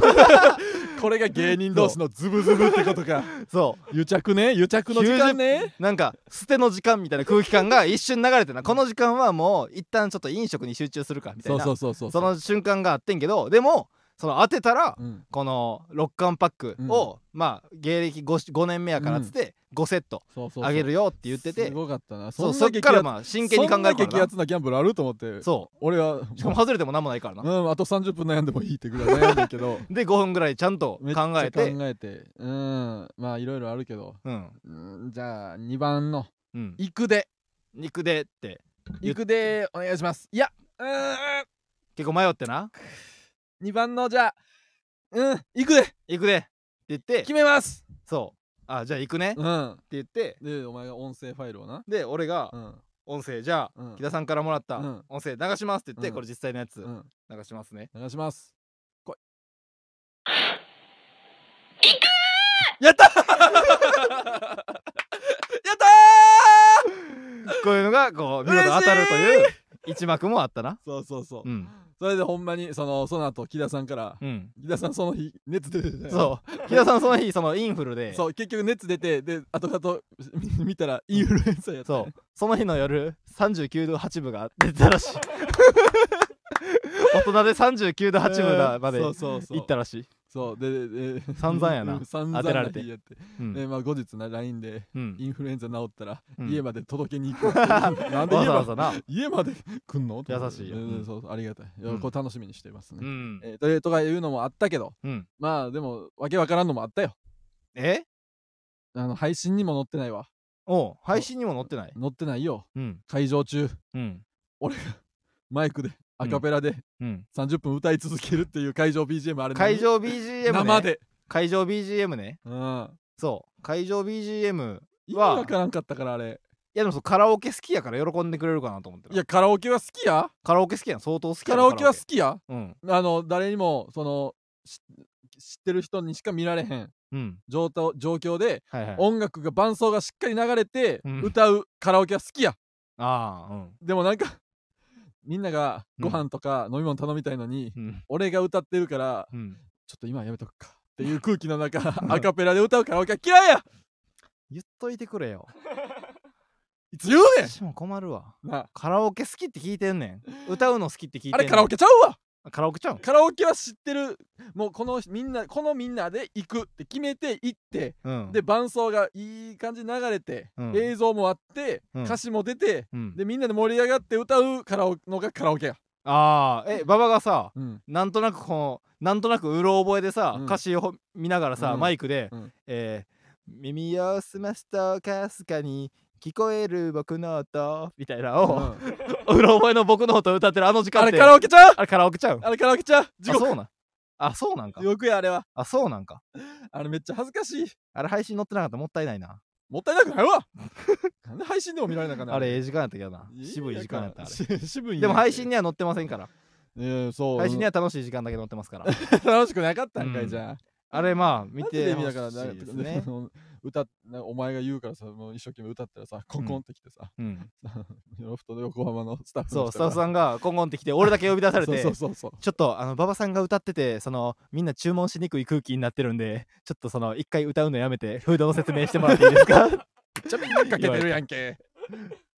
S2: これが芸人同士のズブズブってことか
S1: そう
S2: 癒着ね癒着の時間ね
S1: なんか捨ての時間みたいな空気感が一瞬流れてなこの時間はもう一旦ちょっと飲食に集中するかみたい
S2: そ
S1: うな
S2: そうそうそう
S1: その瞬間があってんけどでもその当てたら
S2: うん
S1: この6巻パックを、まあ芸歴 5, 5年目やからっつって5セット
S2: そうそうそう
S1: あげるよって言ってて
S2: すごかったな
S1: そ
S2: ん
S1: う
S2: な
S1: そっ
S2: 激
S1: か
S2: アツ
S1: らまあ真剣に考える
S2: そんな
S1: か
S2: 激
S1: ら
S2: ア
S1: な
S2: ツなギャンブルあると思って
S1: そ
S2: 俺は
S1: うしかも外れても何もないからな
S2: うん、あと30分悩んでもいいってぐらい悩んだけ ど
S1: で5分ぐらいちゃんと
S2: めっちゃ
S1: 考えて
S2: 考えてうんまあいろいろあるけど、
S1: うん
S2: うん、じゃあ2番の
S1: うん
S2: 「行くで
S1: 肉でって言っ
S2: 行くでお願いします」いやうーん
S1: 結構迷ってな
S2: 2番のじゃあ「うん行くで
S1: 行くでって言って
S2: 決めます
S1: そうあじゃあ行くね」って
S2: うん
S1: 言って
S2: でお前が音声ファイルをな
S1: で俺が
S2: うん
S1: 音声じゃあ、
S2: うん
S1: 木田さんからもらった
S2: うん
S1: 音声流しますって言って、
S2: うん
S1: これ実際のやつ
S2: うん
S1: 流しますね、
S2: お願いします来い行くやった やったー
S1: こういうのがこう見事当たるという一幕もあったな
S2: そうそうそう、
S1: うん
S2: それでほんまにそのその後木田さんから
S1: うん
S2: 木田さんその日熱出てたよ
S1: そう木田さんその日そのインフルで
S2: そう結局熱出てで後々み 見たらインフルエンザやった
S1: そうその日の夜39度8分が出てたらしい大人で39度8分だまで
S2: そ
S1: 行
S2: うそうそう
S1: ったらしい
S2: そうででで
S1: 散々やな
S2: うん 散々
S1: 当てられて
S2: な日やって
S1: うん
S2: でまあ後日な LINE で
S1: うん
S2: インフルエンザ治ったら
S1: うん
S2: 家まで届けに行くって いう、なんで
S1: わ
S2: 家
S1: ざわ
S2: まで
S1: ざな
S2: 家まで来んのと思って
S1: 優しいよ
S2: うん
S1: うん
S2: そうそうありがたいいや
S1: うん
S2: これ楽しみにしてますね、
S1: うん
S2: えーというとかいうのもあったけど
S1: うん
S2: まあでもわけわからんのもあったよ
S1: え
S2: あの配信にも載ってないわ
S1: おう配信にも載ってない
S2: 載ってないよ
S1: うん
S2: 会場中
S1: うん
S2: マイクでアカペラで
S1: うん
S2: 30分歌い続けるっていう会場 BGM あれ
S1: 会場
S2: 何
S1: BGM ね
S2: 生で、
S1: 会場 BGM ね
S2: うん、
S1: そう会場 BGM
S2: 意味わからんかったからあれ
S1: やでもそうカラオケ好きやから喜んでくれるかなと思ってない
S2: やカラオケは好きや
S1: カラオケ好きやん相当好きや
S2: カ
S1: ろ
S2: ラオケは好きや
S1: うん
S2: あの誰にもそのし知ってる人にしか見られへん
S1: うん
S2: 状態状況で
S1: はいはい
S2: 音楽が伴奏がしっかり流れて
S1: うん
S2: 歌うカラオケは好きや
S1: ああうん
S2: でもなんか みんなが
S1: うん
S2: ご飯とか飲み物頼みたいのに
S1: うん
S2: 俺が歌ってるから
S1: うん
S2: ちょっと今やめとくかっていう空気の中アカペラで歌うカラオケは嫌いや
S1: 言っといてくれ よ
S2: いつ言うね
S1: 私も困るわ
S2: んなあ
S1: カラオケ好きって聞いてんねん歌うの好きって聞いてん
S2: あ
S1: ねん
S2: れカラオケちゃうわ
S1: カラオケちゃうん
S2: カラオケは知ってるもうこのみんなこのみんなで行くって決めて行って
S1: うん
S2: で伴奏がいい感じに流れて、
S1: うん
S2: 映像もあって、
S1: うん
S2: 歌詞も出て
S1: うん
S2: でみんなで盛り上がって歌うカラオのがカラオケや、
S1: ああえ馬場がさ
S2: うん、
S1: なんとなくこうなんとなくうろ覚えでさ、
S2: うん
S1: 歌詞を見ながらさ、
S2: うん
S1: マイクで、
S2: うん
S1: えー耳を澄ますとかすかに聞こえる僕の音」みたいなを、
S2: うん
S1: うろ覚えの僕の音を歌ってるあの時間
S2: あ
S1: っ
S2: れ
S1: て
S2: カラオケちゃう
S1: あれカラオケちゃうんあ
S2: あれカラオケちゃう地獄
S1: そうなんあそうなんか
S2: 地獄やあれは
S1: あそうなんか
S2: あれめっちゃ恥ずかしい
S1: あれ配信載ってなかったらもったいないな
S2: もったいなくないわ なんで配信でも見られなかった
S1: あれええ時間やったけどな渋い時間やったあれ
S2: 渋いんや
S1: でも配信には載ってませんから
S2: ええそう
S1: 配信には楽しい時間だけ載ってますから
S2: 楽しくなかったんかい、
S1: うん
S2: じゃあ
S1: あれまあ見
S2: マジ
S1: て
S2: で
S1: ほ
S2: 見
S1: しい
S2: ながらな、
S1: ですね
S2: 歌っなお前が言うからさもう一生懸命歌ったらさコンコンってきてさ、
S1: うん、
S2: ロフトの横浜のスタッフ
S1: そうスタッフ
S2: ん
S1: さんがコンコンってきて俺だけ呼び出されて
S2: そうそうそうそう
S1: ちょっとあの馬場さんが歌っててそのみんな注文しにくい空気になってるんでちょっとその一回歌うのやめてフードの説明してもらっていいです か
S2: めっちゃみんなかけてるやんけ。や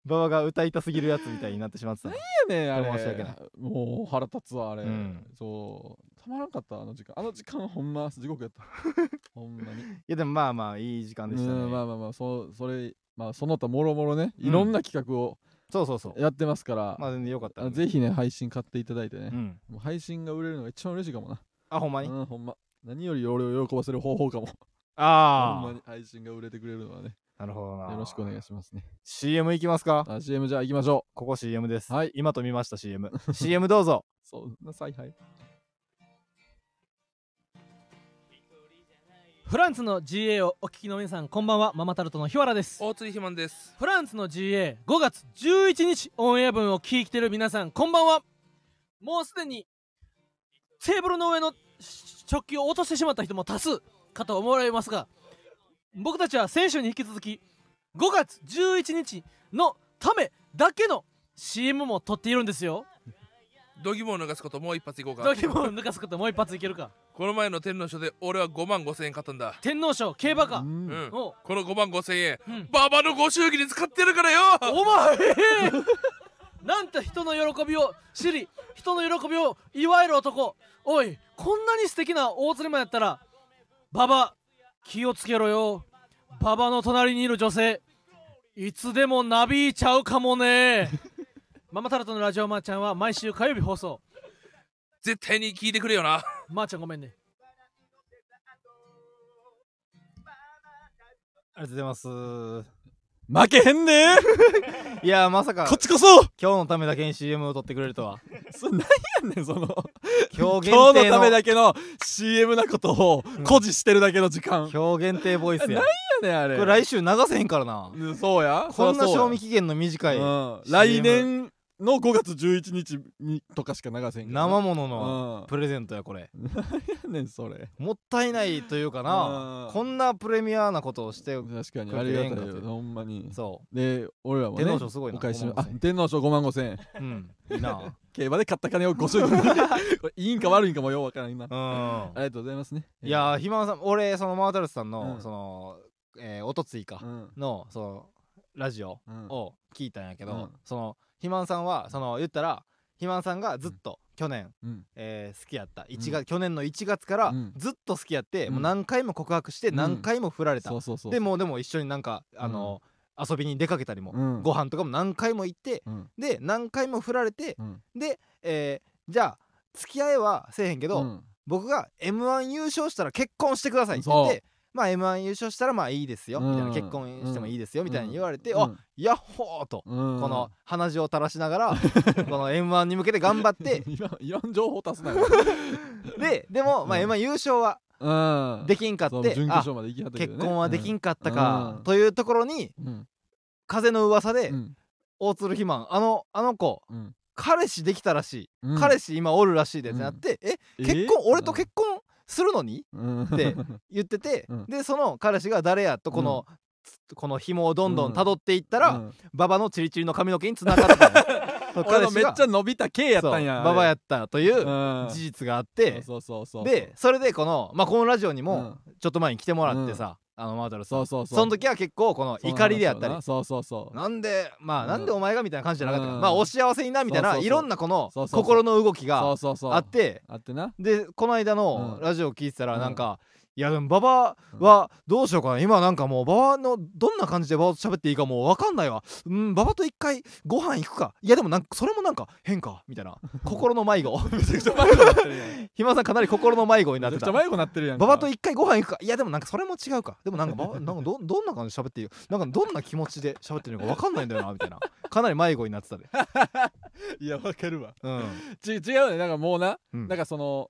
S1: 馬場が歌いたすぎるやつみたいになってしまってた
S2: ねんあれ。
S1: 申し訳ない
S2: もう腹立つわあれ、
S1: うん
S2: そうたまらんかったあの時間。あの時間ほんま地獄やった。 ほんまに。
S1: いやでもまあまあいい時間でしたね、
S2: うんまあまあまあそうそれまあその他もろもろね
S1: うん
S2: いろんな企画を
S1: そうそうそう
S2: やってますから、
S1: まあ全然よかった
S2: あ
S1: ん
S2: の
S1: で
S2: ぜひね配信買っていただいてね
S1: う。ん
S2: もう配信が売れるのが一番嬉しいかもな。
S1: あほんまに
S2: うんほんま。何より俺を喜ばせる方法かも。ほんま
S1: あ
S2: に配信が売れてくれるのはね。
S1: あなるほどな
S2: よろしくお願いしますね。
S1: CM いきますか
S2: あ CM じゃあ行きましょう。
S1: ここ CM です、
S2: はい
S1: 今と見ました CM CM どうぞ
S2: そんな采配。
S3: フランスの GA をお聞きの皆さんこんばんはママタルトの日原です
S4: 大津ひまんです
S3: フランスの GA5 月11日オンエア分を聞いてる皆さんこんばんはもうすでにテーブルの上の食器を落としてしまった人も多数かと思われますが僕たちは先週に引き続き5月11日のためだけの CM も撮っているんですよ
S4: 度肝を抜かすこともう一発いこうか
S3: ドキも抜かすこともう一発いけるか
S4: この前の天皇賞で俺は5万5千円買ったんだ
S3: 天皇賞競馬か、
S4: うん、
S2: ん
S3: おう
S4: この5万5千円、
S3: うん
S4: ババのご祝儀に使ってるからよ
S3: お前なんて人の喜びを知り人の喜びを祝える男おいこんなに素敵な大釣りマンやったら馬場気をつけろよ馬場の隣にいる女性いつでもなびいちゃうかもねママタルトのラジオマーちゃんは毎週火曜日放送
S4: 絶対に聞いてくれよな
S3: まー、ちゃんごめんね
S1: ありがとうございま
S2: 負けへんね
S1: すいやまさか
S2: こっちこそ
S1: 今日のためだけに CM を撮ってくれるとは
S2: そなんやねんその
S1: 今日限定 の
S2: 今日のためだけの CM なことを誇示してるだけの時間、
S1: 今日限定ボイスや
S2: ねあれ
S1: これ来週流せへんからな
S2: うんそうや
S1: こんな賞味
S2: 期
S1: 期限の短い
S2: 来年の5月11日にとかしか流せんから
S1: 生ものの
S2: の
S1: プレゼントやこれ
S2: うん、ねんそれ
S1: もったいないというかな
S2: うん
S1: こんなプレミアなことをして
S2: 確かに
S1: こ
S2: あ
S1: れ
S2: り
S1: で
S2: が
S1: ええんか
S2: たいよ
S1: と
S2: ほんまに
S1: そ
S2: で俺らもね
S1: 天皇賞すごいな
S2: お返しし
S1: 5
S2: あ
S1: 万5000円
S2: 天皇賞5万5千円
S1: ううんいいな
S2: 競馬で買った金をご 祝儀にこれいいんか悪いんかもようわからん今あ
S1: う
S2: りがとうございますね
S1: んいやーひまわさん俺そのマータルスさん
S2: う
S1: の
S2: ん
S1: そのえーおとついか
S2: うん
S1: のそのラジオ
S2: うん
S1: を聞いたんやけど、
S2: うん
S1: その肥満さんはその言ったら肥満さんがずっと去年、
S2: うん
S1: えー好きやった1月、去年の1月から
S2: うん
S1: ずっと好きやって、
S2: うん
S1: もう何回も告白して
S2: うん
S1: 何回も振られた、
S2: そうそうそう
S1: でもうでも一緒になんかあの、遊びに出かけたりも、
S2: うん
S1: ご飯とかも何回も行って
S2: うん
S1: で何回も振られて
S2: うん
S1: で、えーじゃあ付き合いはせえへんけど、
S2: うん
S1: 僕が m 1優勝したら結婚してくださいって言ってまあ m 1優勝したらまあいいですよ、みたい
S2: うん
S1: な結婚してもいいですよ、みたいに言われて、
S2: うん
S1: あヤッホーと、
S2: うん
S1: この鼻血を垂らしながら この m 1に向けて頑張って
S2: いらんいらん情報足すなよ
S1: ででも、まあ、
S2: うん
S1: m 1優勝は
S2: う ん
S1: できんかっ
S2: そう
S1: て
S2: 準決
S1: あ
S2: 勝まで行きはったけど、
S1: 結
S2: ね、
S1: 婚はでき
S2: ん、
S1: んかった
S2: う
S1: か
S2: ん
S1: というところに
S2: うん
S1: 風の噂で
S2: うん
S1: 大鶴肥満あのあの子
S2: うん
S1: 彼氏できたらし
S2: う
S1: い
S2: ん、
S1: 彼氏今おるらしいでってなってえ
S2: え
S1: 結婚俺と結婚するのに
S2: 婚って
S1: 言ってて
S2: うん
S1: でその彼氏が誰やとこのつこの紐をどんどん辿っていった
S2: た
S1: ら馬場のチリチリの髪の毛に繋がってたの
S2: 俺のめっち
S1: 彼
S2: ゃ
S1: 氏が
S2: 伸びた系やったん
S1: そう
S2: やあれ
S1: 馬場やったという
S2: うん
S1: 事実があって
S2: そうそうそうそう
S1: でそれでこのまあこのラジオにも
S2: うん
S1: ちょっと前に来てもらってさあのマートルさ
S2: そうんそうそう
S1: その時は結構この怒りであったり
S2: そうそうそう
S1: なんでまあ
S2: うん
S1: なんでお前がみたいな感じじゃなかったか
S2: うん
S1: まあお幸せになみたい
S2: そう
S1: な
S2: そうそう
S1: いろんなこの
S2: そうそうそう
S1: 心の動き
S2: そ
S1: が
S2: うそうそう
S1: あって
S2: あって な
S1: でこの間の
S2: うん
S1: ラジオ聞いてたら
S2: うん
S1: なんかいやでも馬場はどうしようかな今なんかもう馬場のどんな感じで馬場と喋っていいかもう分かんないわうん馬場と一回ご飯行くかいやでもなんかそれもなんか変かみたいな心の迷子
S2: めちゃくちゃ迷子なってるやん
S1: ひまさんかなり心の迷子にな
S2: め
S1: っ
S2: ち
S1: て
S2: ゃく
S1: た
S2: ちゃ迷子なってるやんか
S1: 馬場と一回ご飯行くかいやでもなんかそれも違うかでもなんか 馬場なんかどどんな感じで喋っていいなんかどんな気持ちで喋ってるのか分かんないんだよなみたいなかなり迷子になってたで
S2: いやわかるわ
S1: うん
S2: ち違うねなんかもうな
S1: うん
S2: なんかその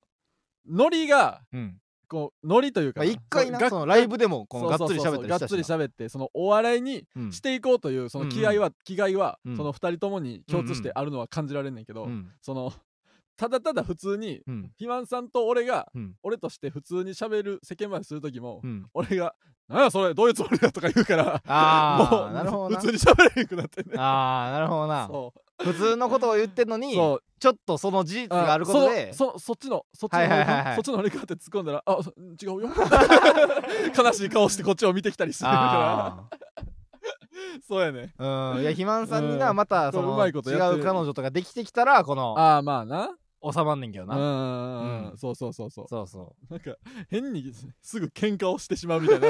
S2: ノリが
S1: うん
S2: こうノリという
S1: ま
S2: か
S1: あ一回な
S2: が
S1: そのライブでもこのが
S2: そう
S1: っ
S2: そう
S1: つり
S2: そうそう
S1: 喋ったりしたしな
S2: がっつり喋ってそのお笑いに
S1: うん
S2: していこうというその気合は、気概は、
S1: うん
S2: その二人ともに共通してあるのは感じられんねんけど、
S1: うん
S2: そのただただ普通に
S1: うん
S2: 肥満さんと俺が、
S1: うん
S2: 俺として普通に喋る世間話する時も、
S1: うん
S2: 俺が「なんやそれどういうつもりだ」とか言うから
S1: あ
S2: も
S1: あ
S2: う
S1: なるほどな
S2: 普通に喋れなくなってんね
S1: ああなるほどな
S2: そ
S1: 普通のことを言ってんの
S2: う
S1: に
S2: そう
S1: ちょっとその事実があることで
S2: そのそそっちのそっちの、
S1: はいはいはいはい
S2: そっちのノリかって突っ込んだら「あそ違うよ」 悲しい顔してこっちを見てきたりしてるか
S1: あ
S2: らそうやね
S1: あうんいや肥満さんにな
S2: うん
S1: またそ
S2: そうう
S1: の
S2: ま
S1: 違
S2: いうこと
S1: 彼
S2: やってる
S1: 女とかできてきたらこの
S2: ああまあな
S1: 収まんねんけど
S2: うん
S1: な
S2: う
S1: ん
S2: うんうん
S1: うん
S2: そうそうそうそう
S1: そうそう
S2: なんか変にすぐ喧嘩をしてしまうみたい な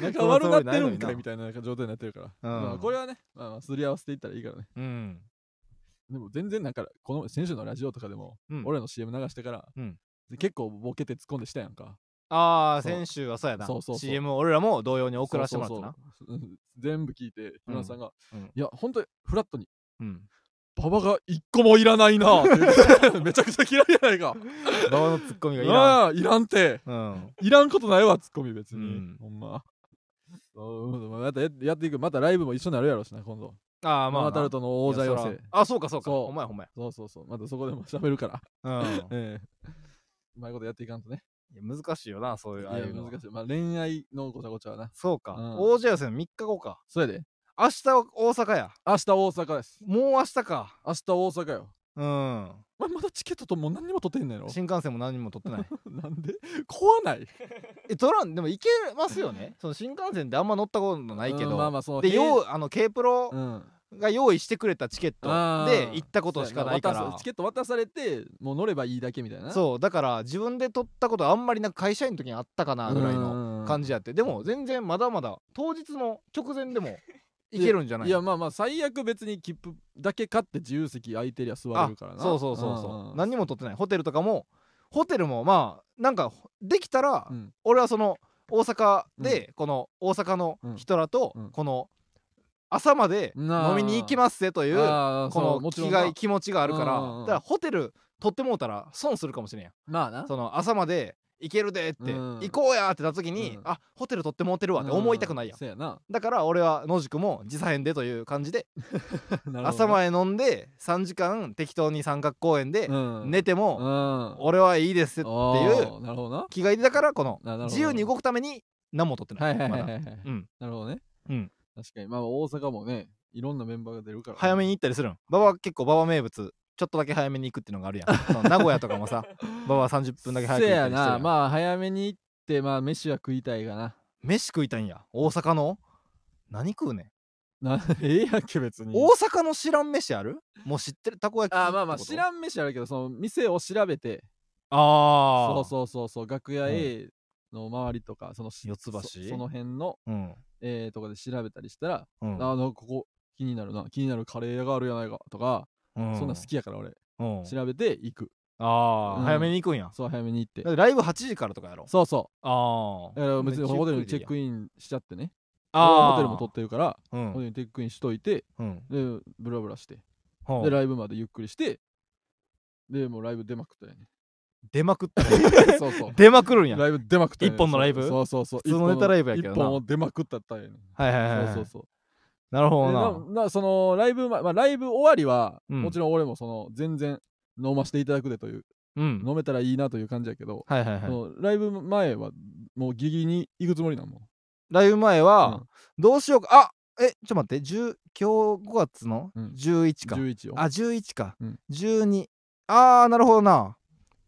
S2: 仲悪なってるんかいみたいななんか状態になってるから、
S1: うん
S2: まあこれはね、まあ、まあすり合わせていったらいいからね
S1: うん
S2: でも全然なんかこの選手のラジオとかでも、
S1: うん
S2: 俺らの CM 流してから、
S1: うん
S2: 結構ボケて突っ込んでしたやんか
S1: ああ
S2: そう
S1: 先週はそうやな
S2: そうそうそう
S1: CM を俺らも同様に送らせてもらったな
S2: そうそうそううん全部聞いて今田さんが、
S1: うん
S2: いや本当にフラットに
S1: うん
S2: 馬場が一個もいらないなって言っ てめちゃくちゃ嫌いやないか
S1: 馬場のツッコミがいらん
S2: ああいらんて
S1: うん
S2: いらんことないわツッコミ別に、
S1: うん
S2: ほんまそうまたややっていくまたライブも一緒になるやろうしな今度
S1: ああまあ
S2: マ
S1: な
S2: マタルトの王者
S1: いや
S2: 寄
S1: そ
S2: せ
S1: らあそうかそうか
S2: そう
S1: お前お前
S2: そうそうそうまたそこでも喋るから
S1: うん
S2: ええうまいことやっていかんとね
S1: いや難しいよなそうい
S2: いうや
S1: ああいうのは
S2: 難しいまあ恋愛のごちゃごちゃはな
S1: そうか
S2: うん
S1: 王者予選3日後か
S2: それで
S1: 明日は大阪や
S2: 明日大阪です
S1: もう明日か
S2: 明日大阪よ
S1: うん
S2: ままだチケットともう何にも取ってへんのやろ
S1: 新幹線も何も取ってない
S2: なんで怖ない
S1: え取らんでも行けますよねその新幹線ってあんま乗ったことないけ
S2: うんまあ
S1: ど
S2: まあその
S1: で
S2: 平
S1: ようあの K プロ
S2: うん
S1: が用意してくれたチケット
S2: あー
S1: で行ったことしかないか
S2: そうや
S1: ら
S2: 渡すチケット渡されてもう乗ればいいだけみたいな
S1: そうだから自分で取ったことあんまりなく会社員の時にあったかなぐらいの
S2: の
S1: 感じやってでも全然まだまだ当日の直前でもいけるんじゃない
S2: いやまあまあ最悪別に切符だけ買って自由席空いてりゃ座れるからな
S1: そうそうそうそう
S2: 何
S1: 何にも取ってないホテルとかもホテルもまあなんかできたら、
S2: うん
S1: 俺はその大阪でこの大阪の人らと
S2: うんうん
S1: この朝まで飲みに行きますぜというこの気概気持ちがあるか
S2: うんうんう
S1: ら
S2: ん
S1: だからホテル取ってもうたら損するかもしれんやん
S2: まあな
S1: その朝まで行けるでって
S2: うん
S1: 行こうやってなった時に
S2: うん
S1: あホテル取ってもうてるわって思いたくないやん
S2: そやな
S1: だから俺は野宿も時差編でという感じで朝
S2: で
S1: まで飲んで3時間適当に三角公園で寝
S2: て
S1: て
S2: う
S1: も
S2: ん
S1: 俺はいいですっていう
S2: うなるほどな
S1: 気概でだからこの
S2: ななるほど
S1: 自由に動くために何も取って
S2: は
S1: ない
S2: は
S1: い
S2: いはい
S1: ま
S2: はい
S1: だ
S2: はい
S1: うん
S2: なるほどね
S1: うん
S2: 確かにまあ大阪もねいろんなメンバーが出るから
S1: 早めに行ったりするん馬場は結構馬場名物ちょっとだけ早めに行くっていうのがあるやんその 名古屋とかもさ馬場は30分だけ早く
S2: せ
S1: 行った
S2: や
S1: りしてるや
S2: なんまあ早めに行ってまあ飯は食いたいがな
S1: 飯食いたいんや大阪の何食うねん
S2: な ええやんけ別に
S1: 大阪の知らん飯あるもう知ってるたこ焼き
S2: あまあまあ
S1: ってこと
S2: 知らん飯あるけどその店を調べて
S1: ああ
S2: そうそうそうそう楽屋 A の周りとかそのし
S1: 四つ橋
S2: そその辺の
S1: ううん
S2: えーとかで調べたりしたら
S1: うん
S2: あなんかここ気になるな気になるカレー屋があるやないかとか
S1: うん
S2: そんなん好きやから俺
S1: うん
S2: 調べて行く
S1: ああ、
S2: うん
S1: 早めに行くんや
S2: そう早めに行って
S1: だってライブ8時からとかやろ
S2: そうそ
S1: あ
S2: うだから別にホテルにチェック
S1: イン
S2: インしちゃってね
S1: ああ
S2: ホテルも取ってるから
S1: う
S2: ホ
S1: ん
S2: テルにチェックインしといて
S1: うん
S2: でブラブラして
S1: ほう
S2: でライブまでゆっくりしてでもうライブ出まくったよね
S1: 出まくった
S2: そうそう
S1: 出まくるんやは
S2: ライブ出まくったんや
S1: 一本のライブ
S2: そうそうそう
S1: 普通のネタライブやけどな
S2: 一本を出まくったったんやね
S1: いはいはい、はい、
S2: そうそう
S1: なる
S2: そ
S1: ほ
S2: う
S1: どな
S2: でななそのライブ、ままあ、ライブ終わりは、
S1: うん
S2: もちろん俺もその全然飲ませていただくでという
S1: うん
S2: 飲めたらいいなという感じやけど、
S1: はいはい
S2: そ
S1: はい
S2: のライブ前はもうギリギリに行くつもりなんもん
S1: ライブ前
S2: う
S1: は
S2: ん
S1: どうしようかあえちょっと待って10今日5月の
S2: うん
S1: 11か、
S2: 11を
S1: あ11か、
S2: うん
S1: 12あーなるほどな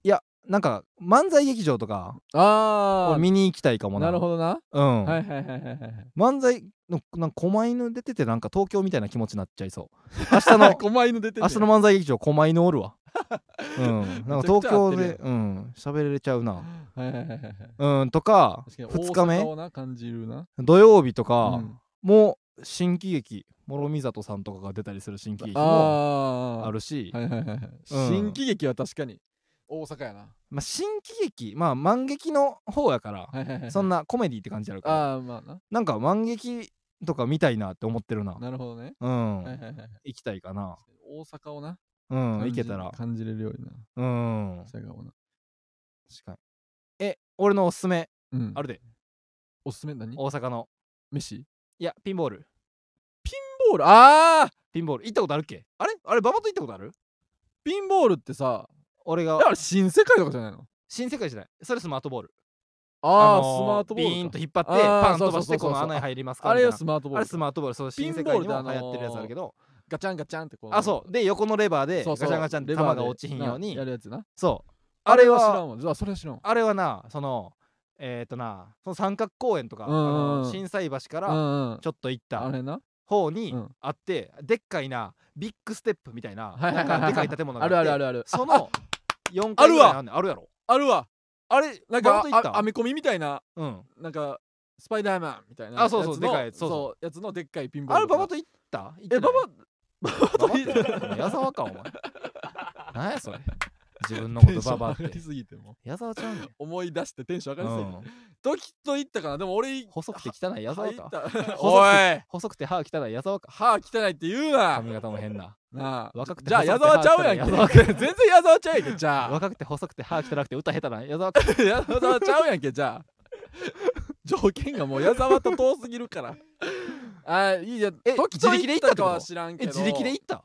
S1: いやなんか漫才劇場とか
S2: あ
S1: 俺見に行きたいかも
S2: あ
S1: な
S2: なるほどな、
S1: うん、
S2: はいはいはいはいはい
S1: 漫才のなんか狛犬出ててなんか東京みたいな気持ちになっちゃい そう明日の
S2: 狛犬出て
S1: 明
S2: んねや
S1: 日の漫才劇場狛犬おる わうんなんか東京
S2: めちゃくちゃ合ってる
S1: でうん喋れちゃうな
S2: はいはいはいはいはい
S1: うんとか
S2: 確かに
S1: 2日
S2: 大
S1: 目
S2: 阪をな感じるな
S1: 土曜日とか
S2: うん
S1: もう新喜劇諸見里さんとかが出たりする新喜劇も
S2: あ
S1: あるし、
S2: はいはいはいはい、新喜劇は確かに大阪やな
S1: まあ、新喜劇まあ万劇の方やから
S2: はいはいはいはい
S1: そんなコメディって感じやるから
S2: ああまあな
S1: なんか万劇とか見たいなって思ってるな
S2: なるほどね、
S1: うん
S2: はいはいはいはい
S1: 行きたいかな
S2: 大阪をな、
S1: うん
S2: 感
S1: 行
S2: じ
S1: けたら
S2: 感じれるようにな
S1: うん
S2: そうやかもな
S1: 確かにえ俺のおすすめ
S2: うん
S1: あるで
S2: おすすめ何
S1: 大阪の
S2: 飯
S1: いやピンボール
S2: ボールああ
S1: ピンボール行ったことあるっけあれあれババと行ったことある
S2: ピンボールってさ
S1: 俺
S2: いやあ
S1: が
S2: れ新世界とかじゃないの
S1: 新世界じゃないそれスマートボール
S2: ああ、
S1: の
S2: スマートボールか
S1: ビーンと引っ張って
S2: あー
S1: パン飛ばし
S2: そ
S1: て
S2: うそうそうそ
S1: こ
S2: う
S1: の穴に入りますか
S2: あれ
S1: み
S2: は
S1: たい
S2: スマートボ
S1: な
S2: ー
S1: あ
S2: ル
S1: れ
S2: か
S1: スマートボールそう
S2: ピ
S1: 新
S2: ンボー
S1: 世界
S2: ル
S1: にも
S2: であのー
S1: 流行ってるやつあるけど
S2: ガチャンガチャンってこう
S1: あそうで横のレバーで
S2: そ
S1: ガ
S2: う
S1: チ
S2: そう
S1: ャンガチャンって球
S2: レバーで
S1: が落ちひんように
S2: なやるやつな
S1: そうあれ
S2: 知
S1: は
S2: らんわじゃあそれは知らんわ
S1: あれはなそのえっ、となその三角公園とか、
S2: うんうんうん
S1: あの震災橋か
S2: う
S1: ら
S2: んうん
S1: ちょっと行っ
S2: あ
S1: た
S2: れな
S1: 方に
S2: うん
S1: あって、でっかいなビッグステップみたいな,、
S2: はいはいはいはい
S1: なんかでかい建物があ
S2: あ
S1: って
S2: るあるあるある
S1: その4階ぐらいにあるねんあるやろ
S2: あるわ
S1: あれ
S2: なん
S1: バ
S2: か
S1: ンと行っ
S2: あ
S1: た
S2: 編み込みみたいな
S1: うん
S2: なんかスパイダーマンみたいな
S1: あそうそう
S2: やつの
S1: でかいそうそう
S2: うやつのでっかいピンボー
S1: あ
S2: ル
S1: れババ
S2: と
S1: と行った行って
S2: え
S1: ない
S2: バ
S1: ババ
S2: バ
S1: と
S2: と行っ
S1: 行った矢沢かお 前何やそれ自分のことババっ
S2: 上がり
S1: て
S2: すぎても
S1: 矢沢ちゃうねん、
S2: 思い出してテンション上
S1: う
S2: がりすぎて
S1: ん、
S2: ドキッといったかなでも俺
S1: 細くて汚い矢沢
S2: 入っ
S1: か
S2: た
S1: 細
S2: お
S1: く
S2: い
S1: 細くて歯汚い矢沢か
S2: 歯汚いって言うな
S1: 髪型も変な
S2: なあ
S1: 若くて
S2: じゃあ
S1: 細
S2: 矢
S1: くて
S2: 沢ちゃうや
S1: 歯汚い
S2: んけ 全然矢沢ちゃうやんけじゃあ
S1: 若くて細くて歯汚くて歌下手な矢沢か
S2: 矢沢ちゃうやんけ じゃあ条件がもう矢沢と遠すぎ るからあいいや
S1: え
S2: ドキッと
S1: 自力で行
S2: い
S1: っ
S2: った
S1: ってこ
S2: た
S1: と
S2: かは知らんけ
S1: え
S2: ど
S1: 自力で行った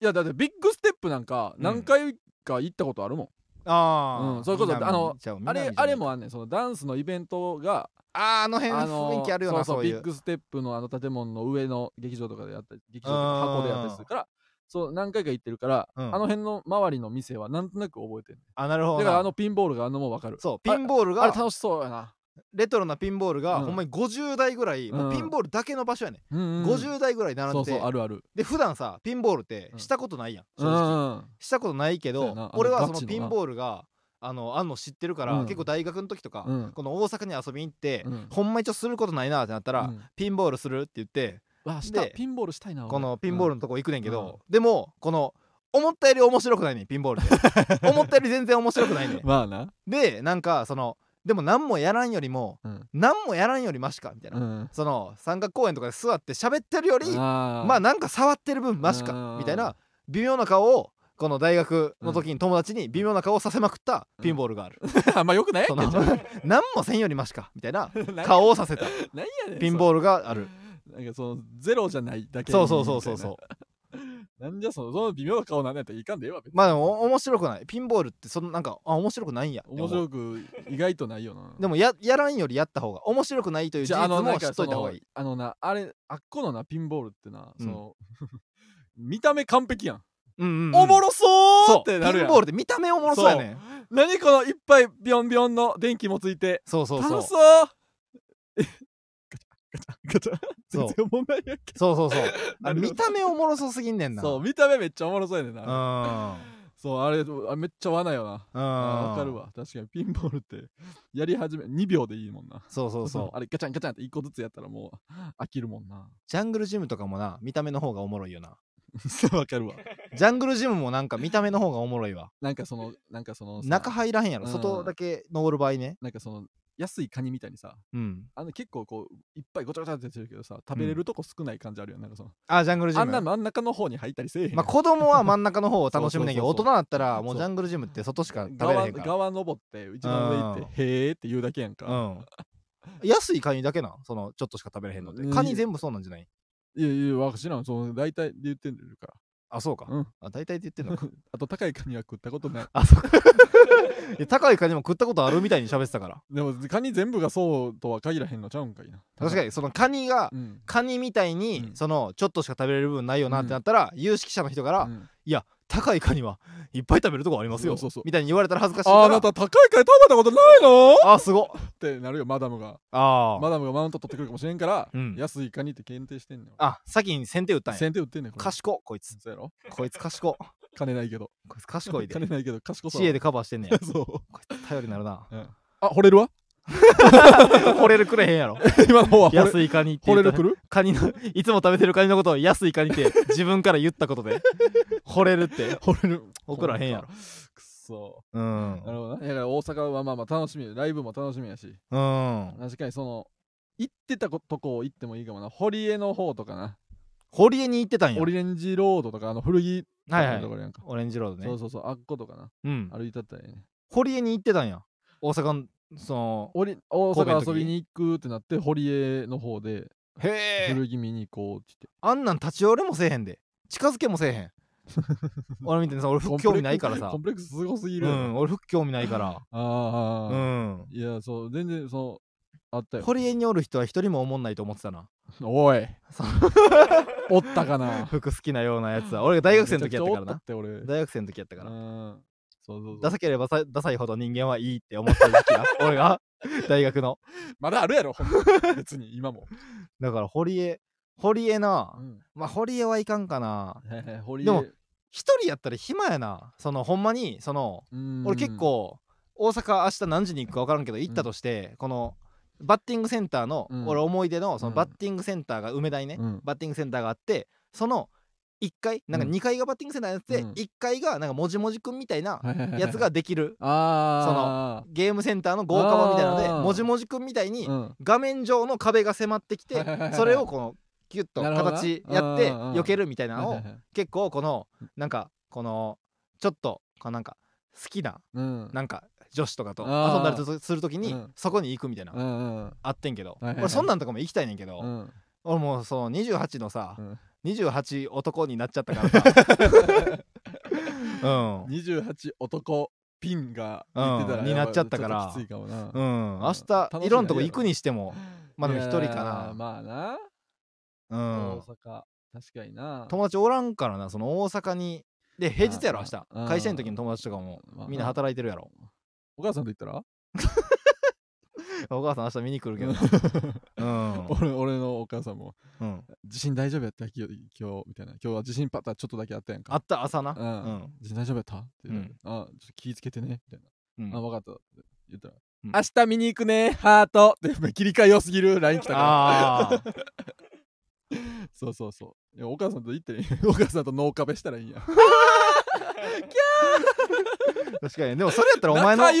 S2: いやだってビッグステップなんか
S1: うん
S2: 何回か行ったことあるもん、
S1: ああ、
S2: うんそういうこと
S1: 南
S2: あの
S1: ちゃう
S2: あれ
S1: 南じゃ
S2: あ
S1: ない
S2: れもあんねんそのダンスのイベントが
S1: あーあの辺
S2: あの
S1: 雰囲気あるよな
S2: そう
S1: そ
S2: そう
S1: うい
S2: ビッ
S1: う
S2: グステップのあの建物の上の劇場とかでやったり劇場と
S1: あー
S2: か箱でやったりするからそう何回か行ってるから、
S1: うん
S2: あの辺の周りの店はなんとなく覚えてる
S1: あなるほど
S2: だ
S1: な
S2: からあのピンボールがあんのも分かる
S1: そうピンボール
S2: あれ
S1: が
S2: 楽しそうやな、
S1: レトロなピンボールが、
S2: うん
S1: ほんまに50台ぐらい、もううんピンボールだけの場所やね、
S2: うんうん
S1: ん、
S2: うん
S1: 50台ぐらい並ん
S2: そ
S1: で
S2: う
S1: て
S2: そうあるある
S1: で普段さピンボールって
S2: うん
S1: したことないやん、
S2: う
S1: 正
S2: んう
S1: 直
S2: ん
S1: したことないけ
S2: そう
S1: ど
S2: やなあの
S1: 俺はそ
S2: ガ
S1: の
S2: チのな
S1: ピンボールがあのあんの知ってるから、
S2: うん
S1: 結構大学の時とか、
S2: うん
S1: この大阪に遊びに行って、
S2: うん
S1: ほんま一応することないなってなったら、
S2: うん
S1: ピンボールするって言って
S2: わした
S1: で
S2: ピンボールしたいな俺
S1: このピンボールのとこ行くねんけど、でもこの思ったより面白くないねんピンボールって 思ったより全然面白くないねん
S2: うんまあな、
S1: でなんかそのでも何もやらんよりも
S2: うん
S1: 何もやらんよりマシかみたいな、
S2: うん、
S1: その三角公園とかで座って喋ってるより
S2: あー
S1: まあなんか触ってる分マシ
S2: うんうんう
S1: か
S2: ん
S1: みたいな微妙な顔をこの大学の時に友達に微妙な顔をさせまくったピンボールがある、
S2: あんまよくない
S1: そ
S2: やんけ
S1: の 何もせんよりマシかみたいな
S2: 何
S1: 顔をさせた
S2: 何やねん
S1: ピン
S2: ー
S1: ボールがある
S2: ルなんかそのゼロじゃないだけ
S1: そうそうそうそうそう
S2: うなんじゃそのその微妙な顔なんやったらいかんでええわ別に
S1: まあでもお面白くないピンボールってそのなんかあ面白くないんやって思
S2: 面
S1: う
S2: 白く意外とないよな
S1: でもややらんよりやった方が面白くないという事
S2: じゃあ
S1: 実
S2: あのな
S1: も
S2: ん
S1: 知
S2: か
S1: っと
S2: そ
S1: い
S2: の
S1: た方がいい
S2: あのなあれあっこのなピンボールってな、
S1: うん
S2: その 見た目完璧やん、
S1: うんうんうん
S2: おもろそう
S1: そ
S2: ーっ
S1: うピ
S2: て
S1: ン
S2: なるやん
S1: ボールって見た目おもろそうやねん
S2: 何このいっぱいビョンビョンの電気もついて
S1: そうそうそう
S2: 楽しそうガチャガチャガチャ
S1: そう
S2: 全然おもんないやんけ
S1: そうそう そうあ
S2: なるほど
S1: 見た目おもろそうすぎんねんな
S2: そう
S1: う
S2: 見た目めっちゃおもろそうやねんな、
S1: ん
S2: そうあれあめっちゃ罠よな
S1: うん
S2: あわかるわ確かにピンボールってやり始め2秒でいいもんな
S1: そうそうそう
S2: あれガチャンガチャンって1個ずつやったらもう飽きるもんな
S1: ジャングルジムとかもな見た目の方がおもろいよな
S2: わかるわ
S1: ジャングルジムもなんか見た目の方がおもろいわ
S2: なんかそのなんかそのさ
S1: 中入らへんやろ
S2: うん
S1: 外だけ登る場合ね
S2: なんかその安いカニみたいにさ
S1: うん
S2: あの結構こういっぱいごちゃごちゃってしてるけどさ食べれるとこ少ない感じあるよねなんかその
S1: あジャングルジ
S2: あんな
S1: ム
S2: 真ん中の方に入ったりせえへん
S1: まあ子供は真ん中の方を楽しむねんけど
S2: そ
S1: 大
S2: う
S1: 人
S2: そうそうそう
S1: だったらもう
S2: そう
S1: ジャングルジムって外しか食べれへ
S2: 側
S1: んから
S2: 側登って一番上行ってへえって言うだけやん
S1: う
S2: か、
S1: ん安いカニだけなそのちょっとしか食べれへんのって
S2: うん
S1: カニ全部そうなんじゃない
S2: いやいやわしらもその大体で言ってるか、
S1: あそうから
S2: うん、
S1: あ大体って言ってんのか
S2: あと高いカニは食ったことない
S1: あそうかいや高いカニも食ったことあるみたいに喋ってたから
S2: でもカニ全部がそうとは限らへんのちゃうんかいな
S1: 確かにそのカニが
S2: に、うん
S1: カニみたいに
S2: うん
S1: そのちょっとしか食べれる分ないよなっ
S2: うん
S1: てなったら有識者の人から
S2: うん
S1: 高いカニはいっぱい食べるとこありますよ
S2: そうそうそう
S1: みたいに言われたら恥ずかしいか
S2: あ
S1: ら
S2: あなた高いカニ食べたことないの
S1: あすごっ
S2: ってなるよマダムが
S1: あー
S2: マダムがマウント取ってくるかもしれんから、
S1: うん
S2: 安いカニって検定してんねん
S1: あ先に先手打ったんや
S2: 先手売ってんねんこれ
S1: 賢っこいつ
S2: そうやろ
S1: こいつ賢っ
S2: 金ないけど
S1: こいつ賢 いで
S2: 金ないけど賢さ
S1: 知恵でカバーしてんねや
S2: そ
S1: こいつ頼りになるな
S2: う、うん、あ惚れるわ
S1: これるくれへんやろ
S2: 今の方は 惚れ
S1: 安いカニって
S2: 惚
S1: 言
S2: れ
S1: った
S2: るくる
S1: カニの いつも食べてるカニのことを安いカニって自分から言ったことで惚れるって
S2: 惚れ る
S1: 怒らへんやろ
S2: くっそうなんるほどなだから大阪はまあまあ楽しみやライブも楽しみやし
S1: うん
S2: 確かにその行ってたことこ行ってもいいかもな堀江の方とかな
S1: 堀江に行ってたんや
S2: オリエンジロードとかあの古着と
S1: はい
S2: か
S1: は
S2: のと
S1: い
S2: ころやんか、
S1: オレンジロード
S2: そう
S1: ね
S2: そうそうあっことかな
S1: うん
S2: 歩いたったらいいね
S1: 堀江に行ってたんや大阪のその
S2: おり大
S1: 神戸の
S2: 阪
S1: 時
S2: 遊びに行くってなって堀江の方で
S1: へえ
S2: 古着見に行こうって
S1: あんなん立ち寄れもせえへんで近づけもせえへん 俺見てさ俺
S2: 言
S1: 服
S2: って
S1: 興味ないからさ
S2: コンプレックスコンプレックスすごすぎ
S1: う
S2: るやろ、
S1: ん俺服興味ないから
S2: あ
S1: う
S2: あ、
S1: ん
S2: いやそう全然そうあったよ
S1: 堀江におる人は一人も思んないと思ってたな
S2: おいおったかな
S1: 服好きなようなやつは俺が 大学生の時やったから
S2: め
S1: な
S2: ちゃくちゃおったって俺
S1: 大学生の時やったから
S2: うんそうそうそ
S1: ダ
S2: う
S1: サければさダサいほど人間はいいって思った時期 な俺が大学の
S2: まだある やろほんま別に今も、
S1: だから堀江堀江な
S2: うん
S1: まあ堀江はいかんかな
S2: へへ堀江
S1: でも一人やったら暇やなそのほんまにその
S2: うん
S1: 俺結構大阪明日何時に行くか分からんけど行ったとして、このバッティングセンターの、
S2: うん
S1: 俺思い出のそうの
S2: ん
S1: バッティングセンターが梅田にね、
S2: うん
S1: バッティングセンターがあってその1階なんか
S2: うん
S1: 2階がバッティングセンターになってて、
S2: うん
S1: 1階がなんかもじもじくんみたいな
S2: はいはいはいはい
S1: やつができる、
S2: あ
S1: ゲームセンターの豪華版みたいなので
S2: あー
S1: もじもじくんみたいに
S2: その
S1: 画面上の壁が迫ってきて、
S2: はいはいはいはい
S1: そ れをこのキュッと
S2: なるほどな
S1: 形やって
S2: うんうんうん
S1: 避けるみたいなのを
S2: はいはいはい
S1: 結構このなんかこのちょっとこうなんか好きな
S2: うん
S1: なんか女子とかと
S2: あー
S1: 遊んだりとするときに
S2: うん
S1: そこに行くみたいな、
S2: うんうん
S1: あってんけど、
S2: いはいはい
S1: 俺そんなんとかも行きたいねんけど、
S2: うんうん
S1: 俺もうその28のさ、
S2: うん
S1: 28男になっちゃったから さうん
S2: 28男ピンが
S1: うん
S2: 言ってたらやばい
S1: になっちゃったから
S2: ょっときついかもな
S1: うん明日
S2: 楽しみ
S1: いろんなとこ行くにしてもまあでも一人か
S2: いや
S1: な
S2: ーまあな、
S1: うん
S2: 大阪確かにな
S1: 友達おらんからなその大阪にで平日やろ
S2: あ
S1: 明
S2: ー
S1: 日
S2: あー
S1: 会社の時の友達とかも
S2: まあな
S1: みんな働いてるやろ
S2: お母さんと言ったら
S1: お母さん明日見に来るけどうん、
S2: 俺俺のお母さんも
S1: うん、
S2: 地震大丈夫やった今日今日みたいな今日は地震パターンちょっとだけあったやんか
S1: あった朝な
S2: うん地震大丈夫やったって言う
S1: うん
S2: あちょっと気ぃつけてねみたい
S1: うんうん
S2: な、あ分かったって言ったら、
S1: うん
S2: 明日見に行くねハートって切り替えよすぎる LINE 来たか
S1: ああ
S2: らそうそうそういやお母さんと言ってね お母さんと脳壁したらいいんや
S1: 確かにでもそれやったらお前
S2: 仲
S1: の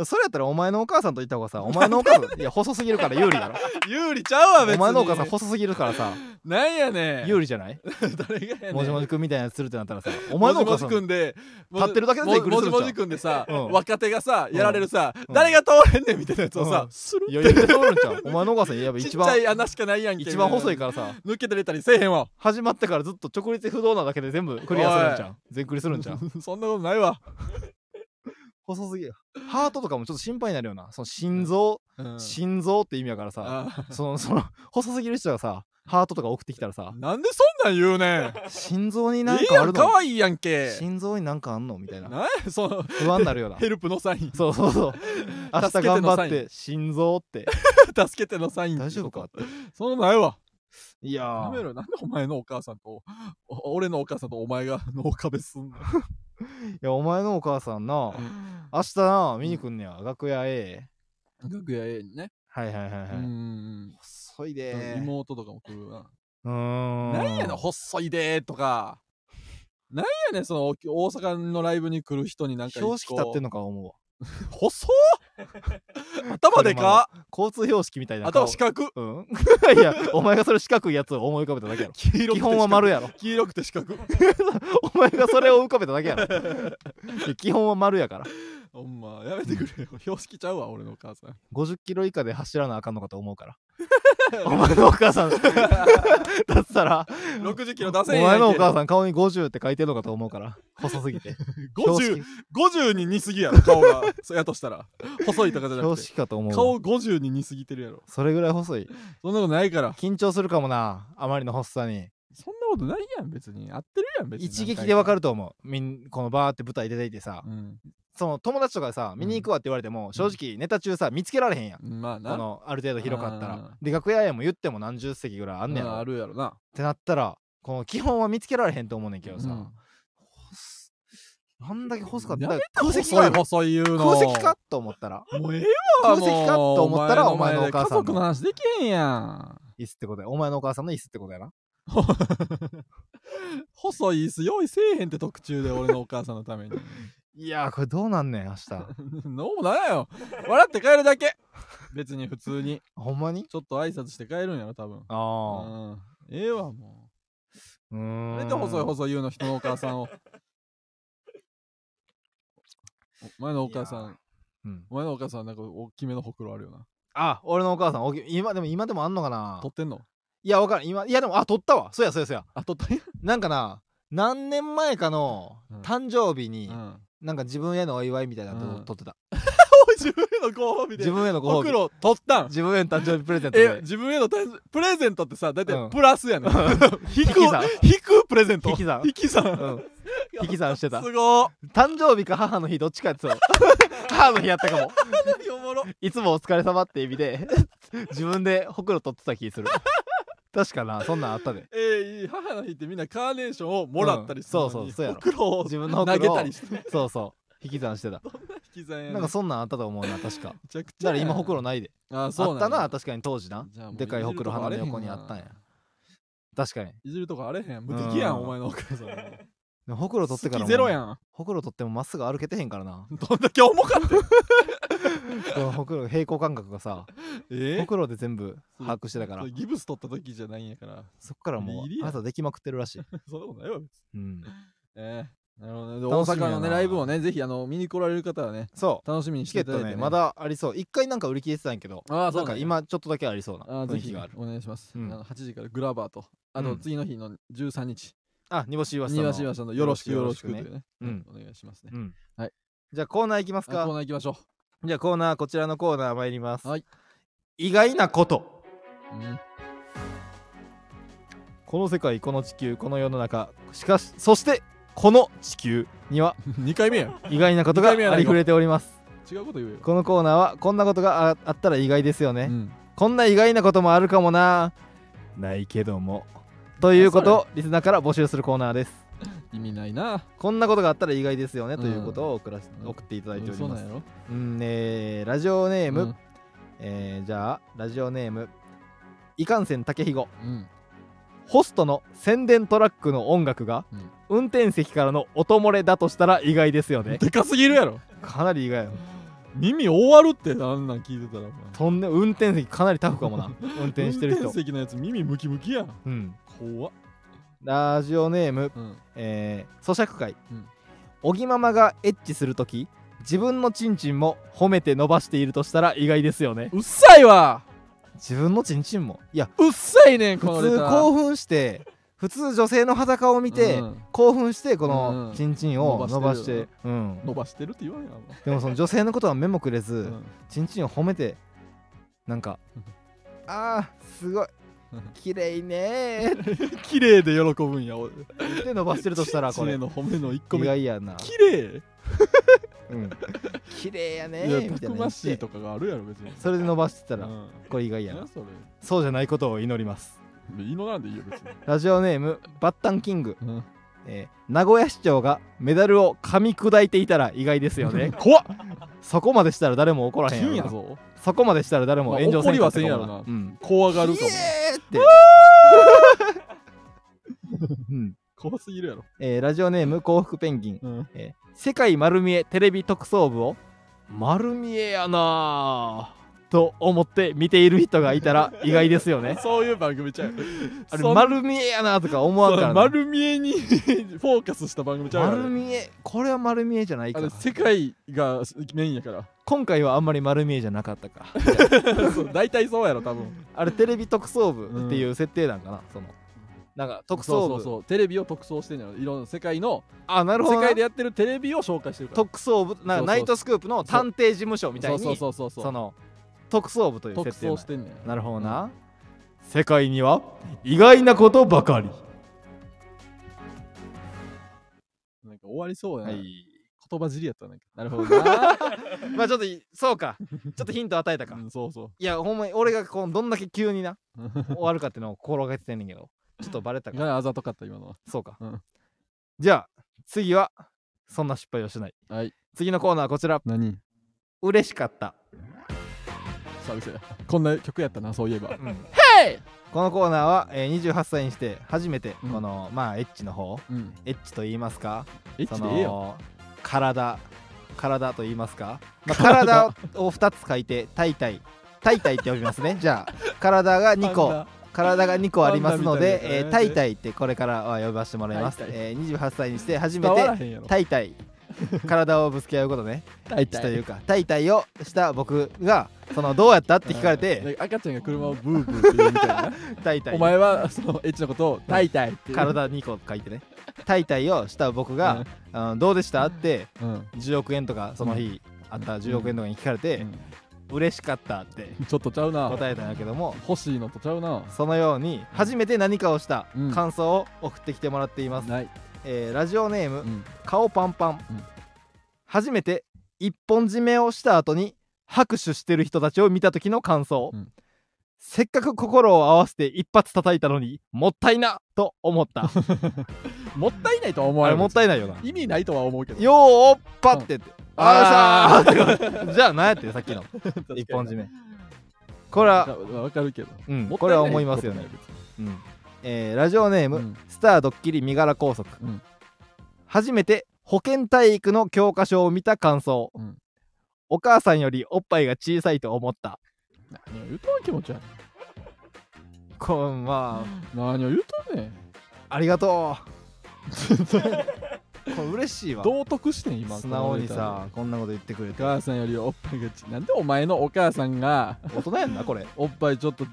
S2: よ
S1: それやったらお前のお母さんと言った方がさお前のお母さんいや細すぎる から有利だろ
S2: ー有利ちゃうわ別
S1: お
S2: に
S1: 前のお母さん細すぎるからさ
S2: なんやねん
S1: 有利じゃない
S2: 誰がやねん
S1: もじもじくんみたいなやつするってなったらさお
S2: お
S1: 前のお母さん
S2: もじもじくんで
S1: 立ってるだけでびっくりするんちゃう
S2: もじもじくんでさ、
S1: うん
S2: 若手がさやられるさ、
S1: うん
S2: 誰が通れんねんみたいなやつをさ、
S1: うん
S2: する
S1: いや言って通るんちゃうお前のお母さんやっぱ
S2: ちっ
S1: 一
S2: ちゃ
S1: 番
S2: い穴しかないやんけ
S1: 一番細い
S2: か
S1: からさ
S2: 抜けてれたりせえへんわ
S1: 始まってからずっと直立不動なだけで全部クリアするんじゃん全クリするんじゃん
S2: そんなことないわ、
S1: 細すぎるハートとかもちょっと心配になるよなその心臓、
S2: うん
S1: 心臓って意味やからさ
S2: あ
S1: そのその細すぎる人がさハートとか送ってきたらさ
S2: なんでそんなん言うねん
S1: 心臓になん
S2: いい
S1: か
S2: や
S1: ある
S2: ん
S1: の
S2: 可愛いやんけ
S1: 心臓になんかあんのみたいな
S2: なんやその
S1: 不安になるような
S2: ヘルプのサイン
S1: そうそうそう明日
S2: 助けて
S1: 頑
S2: の
S1: 張
S2: サ
S1: っ
S2: イン
S1: て心臓っ て
S2: 助けての サイン
S1: 大丈夫か
S2: っ
S1: ってて
S2: ことそんなのないわ
S1: いや
S2: やめ
S1: ー
S2: ろよなんでお前のお母さんとお俺のお母さんとお前が脳壁すんの
S1: いやお前のお母さんな明日な見に来んねや楽屋 A
S2: 楽屋 A にね
S1: はいはいはいはい、
S2: うん
S1: 細いでー
S2: 妹とかも来るな。
S1: うーん
S2: なんやねん、細いでーとか。なんやねん、その、大阪のライブに来る人になんか一
S1: 標
S2: 個。
S1: 識立ってんのか思うわ
S2: 細っ頭でか
S1: 交通標識みたいな顔
S2: 頭四角。
S1: うん いやお前がそれ四角いやつを思い浮かべただけ やろ
S2: 黄色くて四角
S1: 基本は丸やろ
S2: 黄色くて四角。
S1: お前がそれを浮かべただけやろいや基本は丸やから
S2: ほんま、やめてくれよ。標識ちゃうわ、俺のお母さん。
S1: 50キロ以下で走らなあかんのかと思うからお 前のお母さんだったら
S2: 60キロ出
S1: お
S2: せんやんけ。
S1: 前のお母さん顔に50って書いてるのかと思うから細すぎ て標
S2: 50
S1: 識、
S2: 50に似すぎやろ、顔が。そうやとしたら。細いとかじゃな
S1: 標
S2: くて。
S1: 識かと思うわ
S2: 顔50に似すぎてるやろ。
S1: それぐらい細い
S2: そんなことないから。
S1: 緊張するかもなあまりの細さに
S2: そんなことないやん、別に。合ってるやん、別に。
S1: 一撃でわか
S2: る。
S1: ると思うみんこのバーって舞台出ていてさ、
S2: うん。
S1: その友達とかでさ見に行くわって言われても、正直ネタ中さ見つけられへんやん、
S2: まあな。
S1: このある程度広かった
S2: う
S1: ら
S2: ん
S1: で楽屋へも言っても何十席ぐらいあんねや
S2: う
S1: ろ
S2: あ
S1: っ
S2: るやろな。
S1: てなったらこの基本は見つけられへんと思うねんけどさ、
S2: うん
S1: ほすあんだけ細かった
S2: やめ
S1: だから空席
S2: 細い
S1: か
S2: 細い言うの。
S1: 空席かと思ったら
S2: もうええ
S1: 空
S2: わ
S1: 席か
S2: もう
S1: と思ったらお前の
S2: 前
S1: お母さ
S2: 家
S1: ん
S2: 族
S1: の
S2: の話できへんやん。
S1: 椅子ってことやお前のお母さんの椅子ってことやな
S2: 細い椅子用意せえへんって特注で俺のお母さんのために。
S1: いやーこれどうなんねん明日
S2: のうもなんやよ。笑って帰るだけ。別に普通に。
S1: ほんまに
S2: ちょっと挨拶して帰るんやろ、多分。
S1: ああ
S2: うん。ええわ、も
S1: うー
S2: う。
S1: ん
S2: なんで細い細い言うの、人のお母さ んを。お前のお母さ
S1: いや
S2: ん、
S1: うん
S2: お前のお母さんなんか大きめのほくろあるよな。
S1: あ俺のお母さんおき今でも今でもあんのかな
S2: 取ってんの
S1: いやわからん今いやでもあ取ったわそうやそうやそうや
S2: あ、取ったんや。
S1: なんかな何年前かの
S2: うん
S1: 誕生日に、
S2: うん。
S1: なんか自分へのお祝いみたいなの
S2: う
S1: と
S2: ん
S1: 撮ってた、
S2: おい自分へのご褒美で
S1: 自分へのご
S2: ほ
S1: 褒
S2: く
S1: 美
S2: ろ取ったん
S1: 自分への誕生日プレゼント
S2: え
S1: で
S2: 自分への誕生プレゼントってさ
S1: う
S2: 大
S1: ん
S2: 体プラスやねん引く
S1: 引き算
S2: 引くプレゼント
S1: 引き算
S2: 引き算
S1: うん引き算してた
S2: すご
S1: 誕生日か母の日どっちかやってたの 母の日やったかも
S2: いおもろ
S1: いつもお疲れ様って意味で 自分でほくろ取ってた気する確かなそんなんあったで
S2: えー、母の日ってみんなカーネーションをもらったりするのに、
S1: うんそうそうそうやろ
S2: ほくろを
S1: 自
S2: 投
S1: 分のほくろ
S2: げ
S1: を
S2: たりして
S1: そうそう引き算してた
S2: 引き算や
S1: なんかそんなんあったと思うな確かだか
S2: めちゃくちゃ
S1: ら今ほくろ
S2: の
S1: ないで
S2: あそう
S1: あ
S2: ん
S1: っ
S2: や
S1: たな確かに当時な
S2: じゃあもう
S1: でかいほくろ鼻の
S2: いじると
S1: 横
S2: こあれ
S1: に
S2: へん
S1: あったんや確かに
S2: いじるとこあれへん無敵やん
S1: うん
S2: お前のお母 さんも
S1: でもほくろ取ってから
S2: 好
S1: も
S2: きゼロやん
S1: ほくろ取ってもまっすぐ歩けてへんからな
S2: どんだけ重かった
S1: このほくろ平行感覚がさ
S2: え
S1: ほくろで全部把握してたから
S2: それギブス取った時じゃないんやから
S1: そっからも
S2: ギリギリ
S1: う
S2: や
S1: 朝できまくってるらしい、
S2: そんなことないわ別に
S1: うん、
S2: ええなるほどねで大
S1: 楽しみや
S2: 阪
S1: な
S2: のねライブをねぜひあの見に来られる方はね
S1: そう
S2: 楽しみにし
S1: チ
S2: て
S1: ケッ
S2: いただい
S1: ト
S2: て、
S1: ねまだありそう一回なんか売り切れてたんやけど
S2: ああそ
S1: な
S2: うんな
S1: か
S2: ん今
S1: 今ちょっとだけありそうな
S2: ああ
S1: 雰
S2: ぜ
S1: 囲気
S2: ひ
S1: がある
S2: お願いします、
S1: うん
S2: あの8時からグラバーとあ
S1: う
S2: の
S1: ん
S2: 次の日の13日
S1: あ煮干し岩下
S2: 庭
S1: の
S2: 師さんのよろしくよろしくと
S1: ね
S2: いうね
S1: うん
S2: お願いしますね
S1: うん
S2: はい
S1: じゃあコーナーいきます
S2: あコー
S1: か
S2: ナー行きましょ
S1: じゃあコーナーこちらのコーナー参ります、
S2: はい
S1: 意外なこと
S2: う、うん
S1: この世界この地球この世の中しかしそしてこの地球には
S2: 2回目や
S1: 意外なことが
S2: 二回目やな
S1: ありふれております
S2: 違うこと言うよ、
S1: このコーナーはこんなことがああったら意外ですよね、
S2: うん、
S1: こんな意外なこともあるかもなないけどもということをリスナーから募集するコーナーです
S2: 意味ないな
S1: こんなことがあったら意外ですよね、
S2: うん
S1: ということを送らせ
S2: うん
S1: 送っていただいており
S2: そう
S1: ま
S2: なん
S1: す
S2: や。ろ
S1: うんえーラジオネーム、えーじゃあラジオネームいかんせんたけひご
S2: うんうん
S1: ホストの宣伝トラックの音楽が、
S2: うん
S1: 運転席からの音漏れだとしたら意外ですよね。
S2: でかすぎるやろ
S1: かなり意外よ。
S2: 耳終わるってあんなん聞いてたらお前
S1: とんで運転席かなりタフか もな。運転してる
S2: 運
S1: 人。
S2: 転席のやつ耳ムキムキやん
S1: うん、
S2: 怖っ
S1: ラジオネーム、
S2: うん
S1: えー咀嚼会
S2: うん。
S1: おぎママがエッチするとき自分のチンチンも褒めて伸ばしているとしたら意外ですよね。
S2: うっさいわ
S1: 自分のチンチンもいや
S2: うっさいねんこの
S1: 普
S2: レ
S1: 通
S2: ター
S1: 興奮して普通女性の裸を見て、
S2: うん
S1: 興奮してこ
S2: う
S1: の
S2: ん
S1: チンチンを伸
S2: 伸
S1: ば
S2: ば
S1: し,、
S2: しててるよね
S1: うん
S2: 伸ばしてるって言わんやん
S1: でもその女性のことは目もくれず、
S2: うん
S1: チンチンを褒めてなんかあーすごい綺麗ねーっ
S2: 綺麗で喜ぶんや俺
S1: て言って伸ばしてるとしたらこ
S2: 知
S1: れ
S2: 恵の褒めの1個
S1: 意
S2: 目
S1: 外やな
S2: 綺麗
S1: うん 綺麗やね
S2: いや
S1: ーみた
S2: た
S1: いな
S2: く
S1: 言
S2: ま
S1: っ
S2: しい
S1: て
S2: とかがあるやろ別に
S1: それで伸ばしてた
S2: う
S1: ら
S2: ん
S1: これ意外や
S2: 何
S1: な
S2: それ
S1: そうじゃないことを祈ります
S2: いいのなんでいいよ別に
S1: ラジオネームバッタンキング
S2: うん
S1: えー名古屋市長がメダルを噛み砕いていたら意外ですよ ね
S2: 怖っ
S1: そこまでしたら誰も怒らへんやろ
S2: 金
S1: な
S2: やぞ
S1: そこまでしたら誰も炎上せんかったかも
S2: まあ怒りは
S1: うん
S2: 怖がる
S1: イ
S2: かも
S1: エーって、うん
S2: 怖すぎるやろ
S1: えーラジオネーム幸福ペンギン、
S2: うん
S1: えー世界丸見えテレビ特捜部を丸見えやなぁと思って見ている人がいたら意外ですよね
S2: そういう番組ちゃう
S1: あれ
S2: そん
S1: 丸見えやなとか思わんから
S2: そう
S1: な
S2: 丸見えに フォーカスした番組ちゃうや
S1: 丸
S2: ろ
S1: 見えこれは丸見えじゃない
S2: あ
S1: か
S2: れ世界がメイン やから
S1: 今回はあんまり丸見えじゃなかったか
S2: そう大体そうやろ多分
S1: あれテレビ特捜部っていう設定なんかな、そのなんか特捜部
S2: そうそうそうテレビを特捜してんやろいろんな世界の
S1: あなるほど
S2: 世
S1: な
S2: 界でやってるテレビを紹介してるから
S1: 特捜部なん
S2: そうそう
S1: かナイトスクープの探偵事務所みたいに
S2: そうそうそうそ
S1: そ
S2: うそう
S1: の特捜部という
S2: 特
S1: 設定なん
S2: 捜
S1: や
S2: してんねん
S1: なるほどな、世界には意外なことばかり
S2: なんか終わりそうや
S1: は
S2: な、
S1: い
S2: 言葉尻やったなんかなるほどな、
S1: まあちょっといそうかちょっとヒント与えたか、
S2: うん、そうそ
S1: いやほんまに俺がこうどんだけ急にな
S2: う
S1: 終わるかっていうのを心がけてんねんけどちょっとバレたか
S2: があざとかった今のは
S1: そうか、
S2: うん
S1: じゃあ次はそんな失敗をしない
S2: はい
S1: 次のコーナーはこちら
S2: 何
S1: 嬉しかった、
S2: 久々やこんな曲やったなそういえば
S1: このコーナーは、えー28歳にして初めて
S2: うん
S1: この、まあエッチの方
S2: うん
S1: エッチと言いますか
S2: エッ
S1: そ
S2: チでええよ
S1: の体体と言いますか、まあ、
S2: 体
S1: 体を2つ書いてタイタイタイタイって呼びます ねじゃあ体が2個体が2個ありますの
S2: パンダみたい
S1: で、え
S2: な
S1: ー、
S2: ね
S1: タイタイってこれからは呼ばせてもらいます、
S2: タイタイ
S1: えー28歳にして初
S2: 伝
S1: め
S2: わら
S1: て
S2: へんやろ
S1: タイタイ体をぶつけ合うことね
S2: タイ
S1: というかタイタイをした僕がそのどうやったって聞かれて
S2: なんか赤ちゃんが車をブーブーって言うみたいな
S1: タイタイ
S2: お前はそのエッチのことをタイタイっていう、
S1: 体2個書いてねタイタイをした僕が、あのどうでしたって
S2: うん
S1: 10億円とかその日あった10億円とかに聞かれて、嬉しかったって
S2: うんちょっとちゃうな
S1: 答えたんやけども
S2: 欲しいのとちゃうな
S1: そのように初めて何かをした
S2: うん
S1: 感想を送ってきてもらっています、
S2: ない、
S1: えーラジオネーム、
S2: うん
S1: 顔パンパン、
S2: うん
S1: 初めて一本締めをした後に拍手してる人たちを見た時の感想、
S2: うん
S1: せっかく心を合わせて一発叩いたのにもったいなと思った
S2: もったいないとは思
S1: あ
S2: わ
S1: れ
S2: れ
S1: もったいないよな
S2: 意味ないとは思うけど
S1: よーおっぱってって、あーよいしょーじゃあ何やってんさっきの一本締めこれは、
S2: わかるけど
S1: うん、
S2: もったいない
S1: これは思いますよね
S2: こ、
S1: うんえーラジオネーム、
S2: とない別に
S1: スタードッキリ身柄拘束、
S2: うん
S1: 初めて保健体育の教科書を見た感想、
S2: うん
S1: お母さんよりおっぱいが小さいと思った
S2: うん何を言うとん気持ち悪い
S1: こうまあ
S2: 何を言うとんねん
S1: ありがと うこれ嬉しいわ
S2: 道徳してん今
S1: 素直にさこんなこと言ってくれ
S2: お
S1: て
S2: 母さんよりおっぱいがちなんでお前のお母さんが
S1: 大人やんなこれ
S2: おっぱいちょっと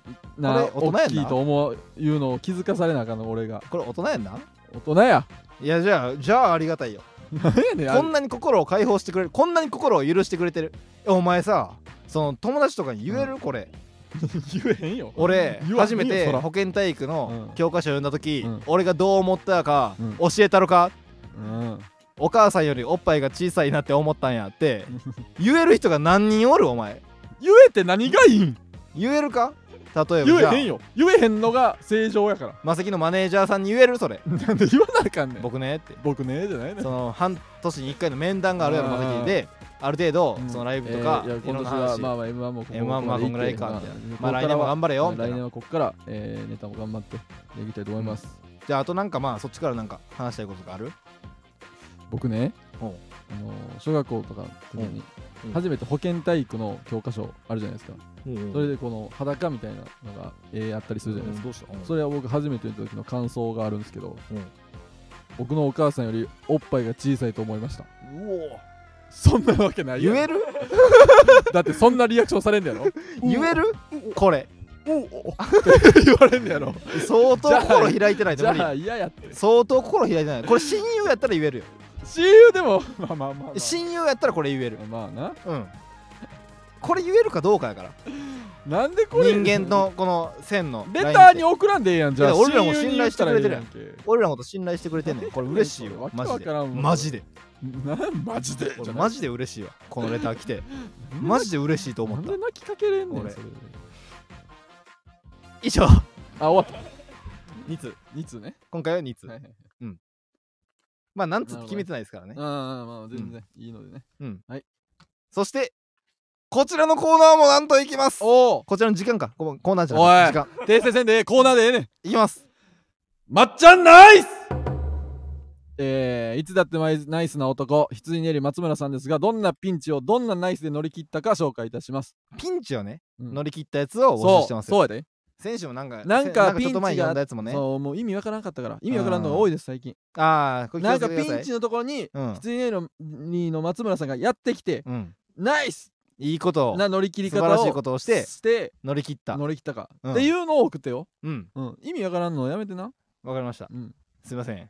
S1: こ
S2: な
S1: れ大人やんな
S2: 大きいと思ういうのを気づかされなあかんの俺が
S1: これ大人やんな
S2: 大人や
S1: いやじゃあじゃあありがたいよ
S2: 何やねんあ
S1: こんなに心を解放してくれるこんなに心を許してくれてるえお前さその友達とかに言える、これ
S2: 言えへんよ
S1: 俺
S2: 言わんよ
S1: 初めて
S2: そら
S1: 保健体育の
S2: うん
S1: 教科書を読んだ時、
S2: うん
S1: 俺がどう思ったか
S2: うん
S1: 教えたろか、
S2: うん
S1: お母さんよりおっぱいが小さいなって思ったんやって言える人が何人おるお前
S2: 言えて何がいいん
S1: 言えるか例え
S2: 言
S1: ばじゃ
S2: えへんよ言えへんのが正常やから
S1: あマセキのマネージャーさんに言えるそれ
S2: なんで言わなあかんねん
S1: 僕ねって
S2: 僕ねじゃないねん
S1: その半年に1回の面談があるやろ
S2: あー
S1: マセキである程度
S2: うん
S1: そのライブとか
S2: えーいや
S1: いろん
S2: 今年
S1: な
S2: は
S1: 話
S2: まあまあ M1 もこ
S1: M1 まあこんぐらいかみたいなまあ来年も頑張れ
S2: れ
S1: よみたい
S2: 来
S1: な
S2: 年はこっからえーネタも頑張ってやりたいと思います
S1: じゃああとなんかまあそっちからなんか話したいことがある
S2: 僕ね
S1: おう
S2: あのー小学校とかの時に
S1: うんうん
S2: 初めて保健体育の教科書あるじゃないですかそれ
S1: で
S2: でこの裸みたいなのがえーあったりするじゃないですか
S1: どうした
S2: それは僕初めて見た時の感想があるんですけど
S1: うん
S2: 僕のお母さんよりおっぱいが小さいと思いました
S1: う
S2: そんなわけな
S1: お
S2: い
S1: 言え
S2: る
S1: る
S2: だってそんなリアクションされんだや ろ
S1: 言えるこれ
S2: 言われんだやろ
S1: 相当
S2: じゃあ
S1: 心開いてないと
S2: じ
S1: 無理
S2: ゃあ嫌やって
S1: 相当心開いてないこれ親友やったら言えるよ
S2: 親友でもまあまあまあまあ
S1: 親友やったらこれ言える
S2: まあな
S1: うんこれ言えるかどうかやから
S2: なんでこれ
S1: 人間のこの線の
S2: レターに
S1: ラインって
S2: 送らんでええやんじゃあ
S1: いや俺らも信頼してくれてる
S2: 親
S1: やん
S2: 友に言ったら
S1: 俺らのこと信頼してくれてんねんこれ嬉しい
S2: わ
S1: よ
S2: け
S1: マ
S2: わ
S1: ジ
S2: か
S1: で
S2: らんわ
S1: マジで
S2: ええやんけなんマジで
S1: 俺マ
S2: ジ
S1: ジで嬉しいわこのレター来てマジで嬉しいと思
S2: な
S1: っ
S2: ん
S1: た
S2: で泣きかけれんねん
S1: 俺
S2: それ
S1: 以上
S2: あ終わった
S1: 2通
S2: 2通ね
S1: 今回は2通
S2: はいはいはい
S1: うんまあなんつっ
S2: な
S1: て
S2: るほど
S1: 決めてないですからね
S2: うんうんうんまあ全然いいのでね
S1: そしてこちらのコーナーもなんといきます
S2: おお
S1: こちらの時間かこコーナーじゃ
S2: お
S1: ないい時間
S2: 訂正せんでええコーナーでええねん
S1: いきます
S2: まっちゃんナイスえー、いつだってマイナイスな男羊ねり松村さんですがどんなピンチをどんなナイスで乗り切ったか紹介いたします
S1: ピンチをね
S2: うん
S1: 乗り切ったやつを募集してますよ
S2: そうそうやで
S1: 選手もなんか
S2: なんか
S1: せちょっと前に
S2: ピンチが
S1: 読んだやつもね
S2: そうもう意味わからんかったから意味わからんのが多いです最近
S1: ああこれ気
S2: な
S1: を
S2: ん
S1: つけ
S2: か
S1: て
S2: ピ
S1: くだ
S2: ン
S1: さい
S2: チのところに
S1: うん
S2: 羊ねりのにの松村さんがやってきて
S1: うん
S2: ナイス
S1: いいことを
S2: な乗り切り
S1: 素
S2: 方
S1: 晴らしい
S2: を
S1: ことをして
S2: して
S1: 乗り切った
S2: 乗り切ったか、
S1: うん
S2: っていうのを送ってよ、
S1: うん
S2: うん、意味わからんのやめてな、
S1: わかりました
S2: うん、
S1: すいません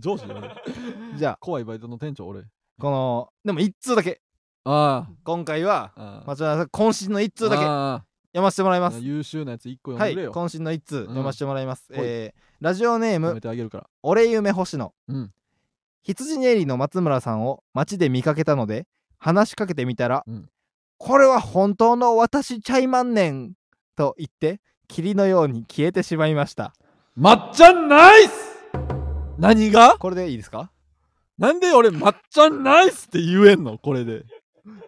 S2: 上司だよ俺
S1: じゃあ
S2: 怖いバイトの店長俺
S1: このでも一通だけ
S2: あ
S1: 今回は
S2: あああ
S1: 松村さん渾身の一通だけ読
S2: あ
S1: ませてもらい
S2: あ
S1: ます
S2: 優秀なやつ一個
S1: は
S2: 読ん
S1: い
S2: でくれよ、
S1: 渾身の一通読ませてもらいます
S2: うん
S1: えーラジオネー
S2: 褒
S1: ム
S2: めてあげるから
S1: 「俺夢星野
S2: うん」
S1: 羊ネリの松村さんを街で見かけたので話しかけてみたら
S2: うん
S1: 「これは本当の私ちゃいまんねん」と言って霧のように消えてしまいました
S2: まっちゃんナイス何が
S1: これでいいですか
S2: なんで俺まっちゃんナイスって言えんのこれで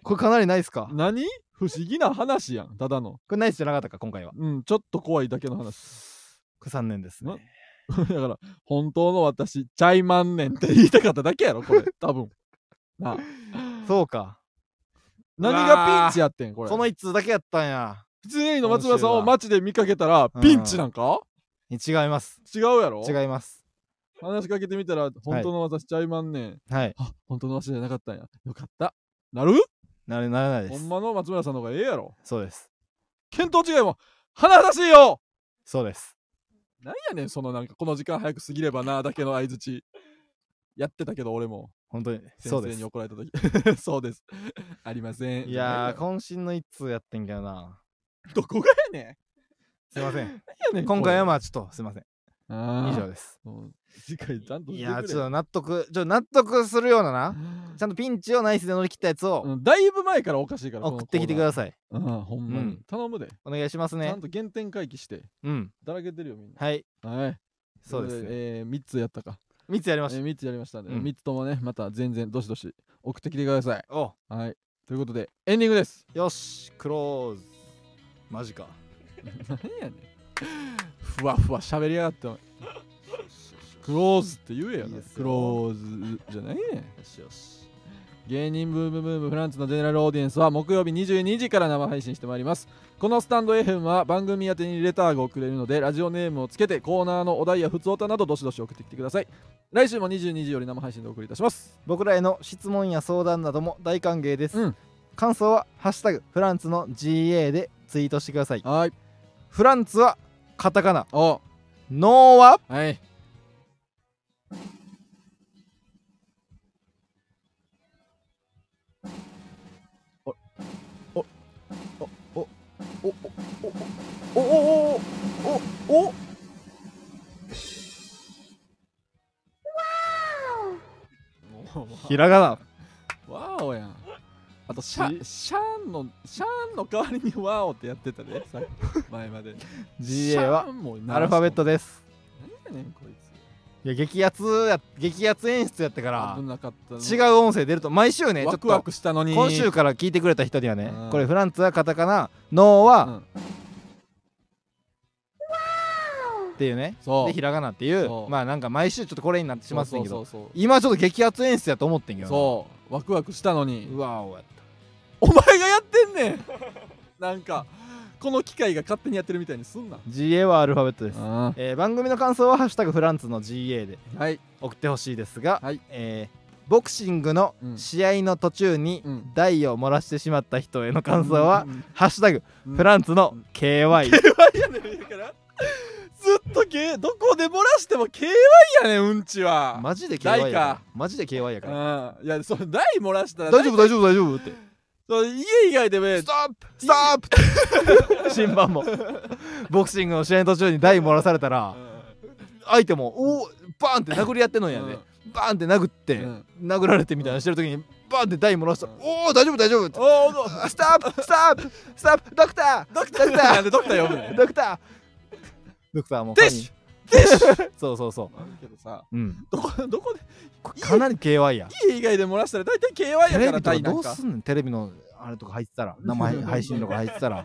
S1: これかなりないですか
S2: 何不思議な話やんただの
S1: これナイスじゃなかったか今回は
S2: うんちょっと怖いだけの話
S1: これ残念ですね
S2: なだから本当の私ちゃいまんねんって言いたかっただけやろこれ多 分なあ
S1: そうか
S2: 何がピンチやってんこれ
S1: この一通だけやったんや
S2: 普通にの松村さんを街で見かけたら
S1: うん
S2: ピンチなんか、
S1: 違います
S2: 違うやろ
S1: 違います
S2: 話しかけてみたら本当の私ちゃいまんねん、
S1: はい
S2: あ本当の私じゃなかったんやよかったなる
S1: なれならないで
S2: ほん
S1: す
S2: まの松村さんの方がええやろ
S1: そうです
S2: 見当違いも華々しいよ
S1: そうです
S2: なんやねんそのなんかこの時間早く過ぎればなだけの相づちやってたけど俺も
S1: 本当にそ
S2: 先
S1: うで
S2: 生に
S1: す
S2: 怒られた時 そうですありません
S1: いやー
S2: じゃ
S1: 渾身の一通やってんけどな
S2: ないよどこがやねん
S1: すいませ ん
S2: なんやねん
S1: 今回はま
S2: あ
S1: あちょっとすいません
S2: 以
S1: 以上です
S2: 次回ちゃんと
S1: い
S2: して
S1: やー
S2: くれ
S1: ちょっと納得ちょっと納得するようななちゃんとピンチをナイスで乗り切ったやつを
S2: うんだいぶ前からおかしいから
S1: 送ってきてく
S2: さい
S1: ださい
S2: うん、ほんまに。
S1: うん
S2: 頼むで、
S1: お願いします
S2: ちゃ
S1: ね
S2: んと原点回帰して。
S1: うん
S2: だらけてるよ、みんな。
S1: はい
S2: はい。
S1: そうです
S2: とい
S1: ね
S2: えー、3つやったか。
S1: 3つやり
S2: え
S1: まし
S2: ー、3つやりましたね。
S1: うん
S2: 3つともね、また全然どしどし送ってきてください。
S1: たお
S2: はい。ということで、エンディングです。
S1: よしクローズマジか
S2: 何やねん。ふわふわ喋りやがって。お前クローズって言えよ
S1: いい
S2: な
S1: ですよ
S2: クローズじゃないねん。
S1: よしよし
S2: 芸人ブームブームフランツのジェネラルオーディエンスは木曜日22時から生配信してまいりますこのスタンド FM は番組宛てにレターが送れるのでラジオネームをつけてコーナーのお題や普通歌などどしどし送ってきてください来週も22時より生配信でお送りいたします
S1: 僕らへの質問や相談なども大歓迎です、
S2: うん
S1: 感想は「ハッシュタグフランツの GA」でツイートしてください
S2: はい
S1: フランツはカタカナ
S2: お
S1: ノーは
S2: はいおおおおおおおおおおお
S1: ひらがな
S2: わーおやん。あとシャ、シャーンの、シャーンの代わりにワーオってやってたで、さっき前まで。
S1: GA
S2: シャ
S1: は
S2: ーンも鳴
S1: ア
S2: ら
S1: ルフ
S2: しと
S1: ァ
S2: ん
S1: ベット。です
S2: 何やねん、こいつ。
S1: いや激アツや激アツ演出やったから
S2: 危なかった。
S1: 違う音声出ると毎週ねちょ
S2: ワ
S1: っ
S2: クワ
S1: と
S2: クしたのに。
S1: 今週から聞いてくれた人にはね
S2: うん
S1: これフランツはカタカナノー
S2: う
S1: は
S2: ん
S1: っていうね
S2: そう。
S1: でひらがなっていう
S2: そう
S1: まあなんか毎週ちょっとこれになってしまってんけ
S2: そ
S1: ど
S2: うそうそう
S1: 今ちょっと激アツ演出やと思ってんけ
S2: そう。
S1: ど
S2: そう。ワクワクしたの
S1: な
S2: に。
S1: うわおやっ
S2: お前がやってんねん なんか、この機械が勝手にやってるみたいにすんな。
S1: た GA はアルファベットです
S2: あ
S1: えー番組の感想は「ハッシュタグフランツの GA」で
S2: ーはい。
S1: 送ってほしいですが、
S2: はい
S1: えーボクシングの
S2: うん
S1: 試合の途中に
S2: うん
S1: 台を漏らしてしまった人への感想は
S2: うんうんうん
S1: 「ハッシュタグ
S2: うん
S1: フランツの KY」
S2: KY やねんだからずっと K どこで漏らしても KY やねんうんちは、
S1: マジで KY やか
S2: 台
S1: ら
S2: か
S1: マジで KY やから
S2: うんいやその台漏らしたら
S1: 大丈夫大丈夫大丈夫って
S2: その家以外でも
S1: 「ストップストップ!」 審判もボクシングの試合の途中に台漏らされたら相手も「おおバーン!」って殴り合ってんのやで、バーンって殴って、
S2: うん
S1: 殴られてみたいなしてる時にバーンって台漏らしたら「
S2: うん
S1: おお大丈夫大丈夫!」って
S2: おおお
S1: あストップストップストップドクター
S2: ドクターなんでドクター呼ぶね
S1: ドクタードクターもう
S2: ティッシュ
S1: そうそうそう
S2: けどさ
S1: うん
S2: どこどこで
S1: かなり KY や
S2: 家以外で漏らしたら大体 KY や
S1: テ
S2: か
S1: レ
S2: ら
S1: ビと
S2: タ
S1: か
S2: イな
S1: ど
S2: ん
S1: う
S2: か
S1: すんねんテレビのあれとか入ってた ら生配配信とか入ってたら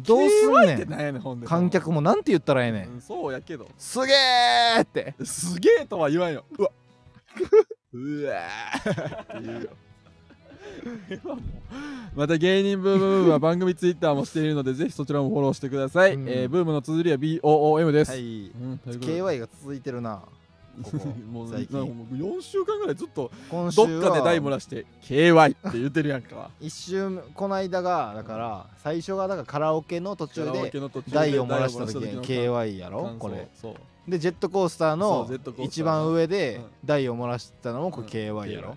S1: どうすん
S2: KY
S1: ね
S2: って
S1: ん
S2: なんやねんほんで
S1: 観客もなんて言ったらええね
S2: うんんそうやけど
S1: すげえって
S2: すげえとは言わんようわ うわーって言うよ また芸人ブームブームは番組ツイッターもしているのでぜひ そちらもフォローしてください、
S1: うん
S2: えーブームの綴りは BOOM です、
S1: い
S2: うんということで
S1: KY が続いてるなここ
S2: もう
S1: 最近
S2: なんかもう4週間ぐらいずっと
S1: 今週
S2: ど
S1: は
S2: っかで台漏らして KY って言ってるやんか
S1: 一瞬この間がだから最初がだからカラオケの 途中
S2: カラオ
S1: で
S2: ケの途中で
S1: 台を漏らした時
S2: 台を漏
S1: に
S2: らした時の
S1: KY やろ
S2: 感想
S1: これ
S2: そう
S1: でジェットコースターの
S2: そうジェットコースター
S1: 一番上で
S2: うん
S1: 台を漏らしたのもこれ KY やろ、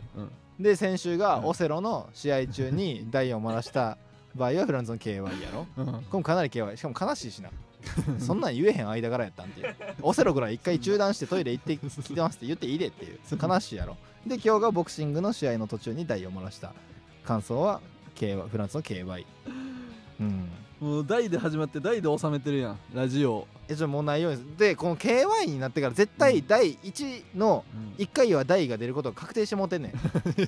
S1: で先週
S2: う
S1: が
S2: ん
S1: オセロの試合中 に台を漏らした場合はフランスの KY やろ
S2: うんうん
S1: これもかなり KY しかも悲しい しなそんなん言えへん間柄やったんっていうオセロぐらい一回中断してトイレ行ってきてますって言っていいでっていう悲しいやろで今日がボクシングの試合の途中に台を漏らした感想は KY フランスの KY うん
S2: もう台で始まって台で収めてるやんラジオ、
S1: えじゃあもうないようにですでこの KY になってから絶対第1の1回は台が出ることが確定してもう てんねん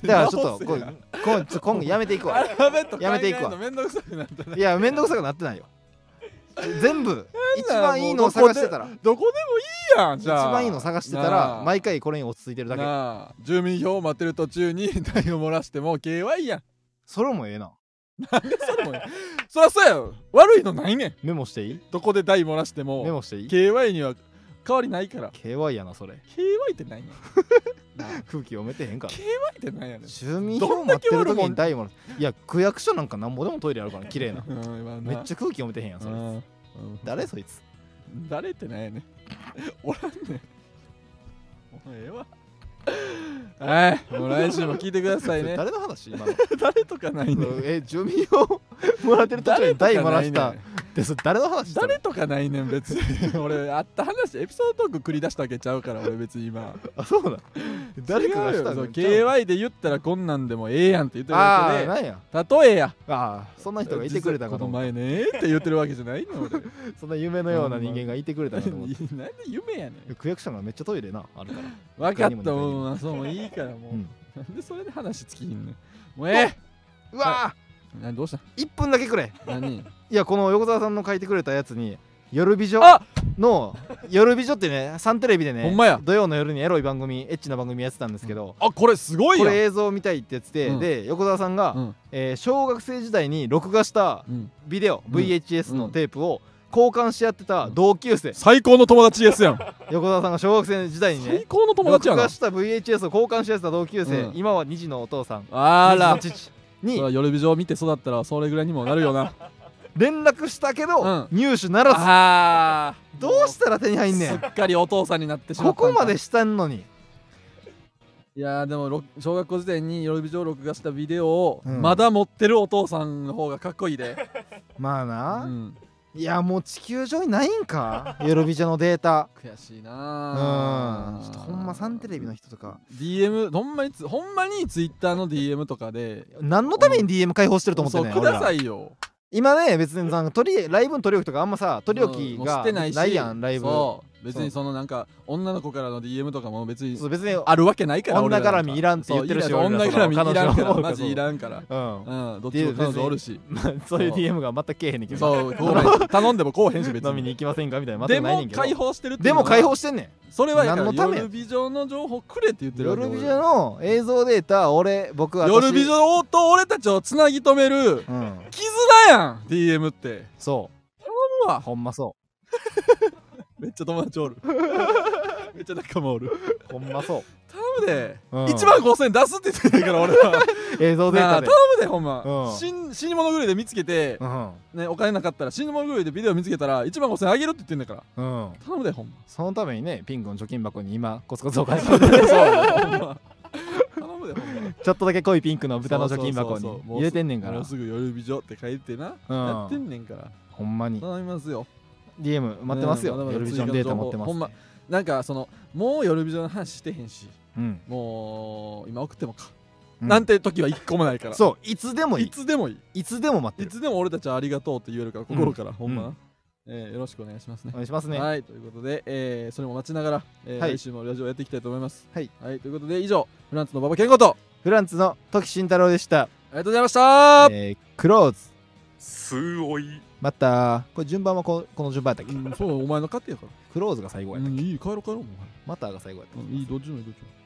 S1: だからちょっとこれ
S2: 直
S1: これちょ今後やめていく
S2: ア
S1: わ
S2: ルファベット考え
S1: やめていく
S2: る
S1: わ
S2: のめんどくさくなったね
S1: いやめんどくさくなってないよ全部一
S2: なんだ
S1: 番いいのを探してたら
S2: どこでもいいやん
S1: 一
S2: じゃあ
S1: 番いいのを探してた
S2: な
S1: ら
S2: あ
S1: 毎回これに落ち着いてるだけ
S2: なあ住民票を待ってる途中に 台を漏らしても KY やん
S1: それもええな
S2: それもやそりゃそうやろ悪いのないねん
S1: メモしていい
S2: どこで台漏らして
S1: メ
S2: も
S1: モしていい
S2: KY には変わりないから
S1: KY やなそれ
S2: KY っ てないねんなあ
S1: 空気読めてへんから
S2: KY ってなんやねん
S1: 住民票待ってる
S2: どんだけ悪い
S1: 時
S2: もん
S1: に台もいや区役所なんかなんぼでもトイレあるから綺麗な
S2: うん まあな
S1: めっちゃ空気読めてへんやんそれ
S2: うんうん
S1: 誰そいつ
S2: 誰ってなんやね んおらんねんお前え えわはいもう来週も聞いてください
S1: それ
S2: ね
S1: 誰の話今の
S2: 誰とかないねん
S1: え住民票もらってる途中
S2: 誰
S1: に
S2: とか
S1: 台
S2: ない
S1: もら
S2: ね
S1: し
S2: ん
S1: たでそれ誰の話してる
S2: 誰とかないねん別に 俺あった話エピソードトーク繰り出したわけちゃうから俺別に今
S1: あそうだ誰かがした
S2: 違
S1: の
S2: うよそう KY で言ったらこんなんでもええやんって言ってる
S1: ああ
S2: わ
S1: なんや
S2: けで例えや
S1: ああそんな人がいてくれたか
S2: 実はことの
S1: 思う
S2: 前ねって言ってるわけじゃないの俺
S1: そんな夢のような人間がいてくれた
S2: なん
S1: か と思って
S2: で夢やねん
S1: 区役所がめっちゃトイレなあるから
S2: 分か
S1: 他にも
S2: っ
S1: 二回言う
S2: たもんそうもういいからもう、
S1: うん
S2: なんでそれで話つきひんねんもうえ
S1: うわ
S2: えなどうした
S1: ー1分だけくれ
S2: 何
S1: いやこの横澤さんの書いてくれたやつに夜美女
S2: あ
S1: の夜美女ってねサンテレビでね
S2: ほんまや
S1: 土曜の夜にエロい番組エッチな番組やってたんですけど、
S2: あこれすごい
S1: こ
S2: よ
S1: れ映像見たいってやつで、
S2: うん
S1: で横澤さんが、
S2: うん
S1: えー小学生時代に録画した
S2: うん
S1: ビデオ
S2: うん
S1: VHS
S2: う
S1: の
S2: ん
S1: テープを交換し合ってた同級生、
S2: 最高の友達ですやん
S1: 横澤さんが小学生時代にね
S2: 最高の友達や
S1: 録
S2: な
S1: 画した VHS を交換し合ってた同級生、
S2: うん
S1: 今は2児のお父さん
S2: あら
S1: 二児の父
S2: そ
S1: に
S2: ら夜美女を見て育ったらそれぐらいにもなる よな
S1: 連絡したけど、
S2: うん
S1: 入手ならず
S2: あ ー
S1: どうしたら手に入んね
S2: す
S1: ん
S2: っかりお父さんになってしま
S1: こ
S2: ったん
S1: こ
S2: か
S1: までしたんのに
S2: いやーでもろ小学校時代に夜美女を録画したビデオを
S1: うん
S2: まだ持ってるお父さんの方がかっこいいで、
S1: まあ
S2: う
S1: な、
S2: ん、
S1: いやもう地球上にないんか夜美女のデータ
S2: 悔しいうなー
S1: んちょっとほんまサンテレビの人とか
S2: DM ほんまにつほんまにツイッターの DM とかで
S1: 何のために DM 開放してると思って
S2: そ
S1: ん
S2: う
S1: ねん
S2: くだ
S1: 俺ら
S2: さいよ
S1: 今ね別になんか取りライブの取り置きとかあんまさ取り置き
S2: もうし
S1: が
S2: てないし
S1: ないやんライブ
S2: そう別にそのなんか女の子からの DM とかも別に
S1: そう別に
S2: あるわけないから
S1: 女
S2: 俺らな
S1: 絡
S2: んか
S1: みいらんって言ってるし
S2: そういらん
S1: 俺ら
S2: 女絡みい
S1: その
S2: らんか
S1: 彼女
S2: ら
S1: の方が
S2: マジいらんから
S1: うん
S2: うんどっちも彼女お るし
S1: まあそういう DM が全くけえへんねんけど
S2: そう来ない頼んでもこうへんし別
S1: 飲みに
S2: に
S1: 行きませんかみたいな全く
S2: で
S1: ないね
S2: も
S1: んけど
S2: 解放してるってい
S1: で
S2: うの
S1: も
S2: は
S1: 解放してんねん
S2: それはやから
S1: 何のためや
S2: 夜美女の情報くれって言ってるわけ
S1: 夜美
S2: 俺
S1: 女の映像データ俺僕私
S2: 夜美女と俺たちをつなぎ止める
S1: うん
S2: 絆やん DM って
S1: そう
S2: うわ
S1: ほんまそ
S2: めっちゃ友達 おるめっちゃ仲間おる
S1: うほんまそ
S2: 頼むで、
S1: うん
S2: 1万5000円出すって言ってんねんから俺は
S1: う映像デー
S2: なあ
S1: タ
S2: 頼
S1: で
S2: むでほんま、
S1: うん
S2: 死ん、死に物狂いで見つけて、
S1: うん
S2: ね、お金なかったら死に物狂いでビデオ見つけたら1万5000円あげるって言ってんだか
S1: う
S2: ら
S1: ん
S2: 頼む でほんま
S1: そのためにねピンクの貯金箱に今コツコツお金
S2: そう ほんま頼むでほんま
S1: ちょっとだけ濃いピンクの豚の貯金箱
S2: そうそう
S1: に
S2: そう
S1: 入れてんねんか
S2: も
S1: ら
S2: うすぐ夜美女って書いてな、
S1: うん
S2: やってんねんから
S1: ほんまに
S2: 頼みますよ
S1: DM 待ってますよ
S2: ねまだまだ
S1: 夜ビジョンデータ持ってま
S2: ほ
S1: す
S2: んまなんかそのもう夜美女の話してへんし
S1: うん
S2: もう今送ってもか、
S1: うん
S2: なんて時は一個もないから
S1: そういつでもい
S2: い
S1: い
S2: つでもいい
S1: いつでも待って
S2: い
S1: る
S2: つでも俺たちはありがとうって言えるから心から、ほんまな、えーよろしくお願いしますね
S1: お。願いしますね
S2: はいということで、えーそれも待ちながら、えー
S1: はい
S2: 来週もラジオやっていきたいと思います。
S1: はい、
S2: ということで以上フランスの馬場健吾と
S1: フランツの時慎太郎でした、
S2: ありがとうございました、
S1: えー、クローズ
S4: すごい。
S1: またこれ順番はここの順番やったっけ
S2: うん、そうお前の勝手やから。
S1: クローズが最後や
S2: う
S1: ったっ
S2: ん、
S1: け
S2: いい帰ろう帰ろうお
S1: マターが最後やったっ
S2: 前、
S1: け
S2: うんいいどっちでもいいどっちでも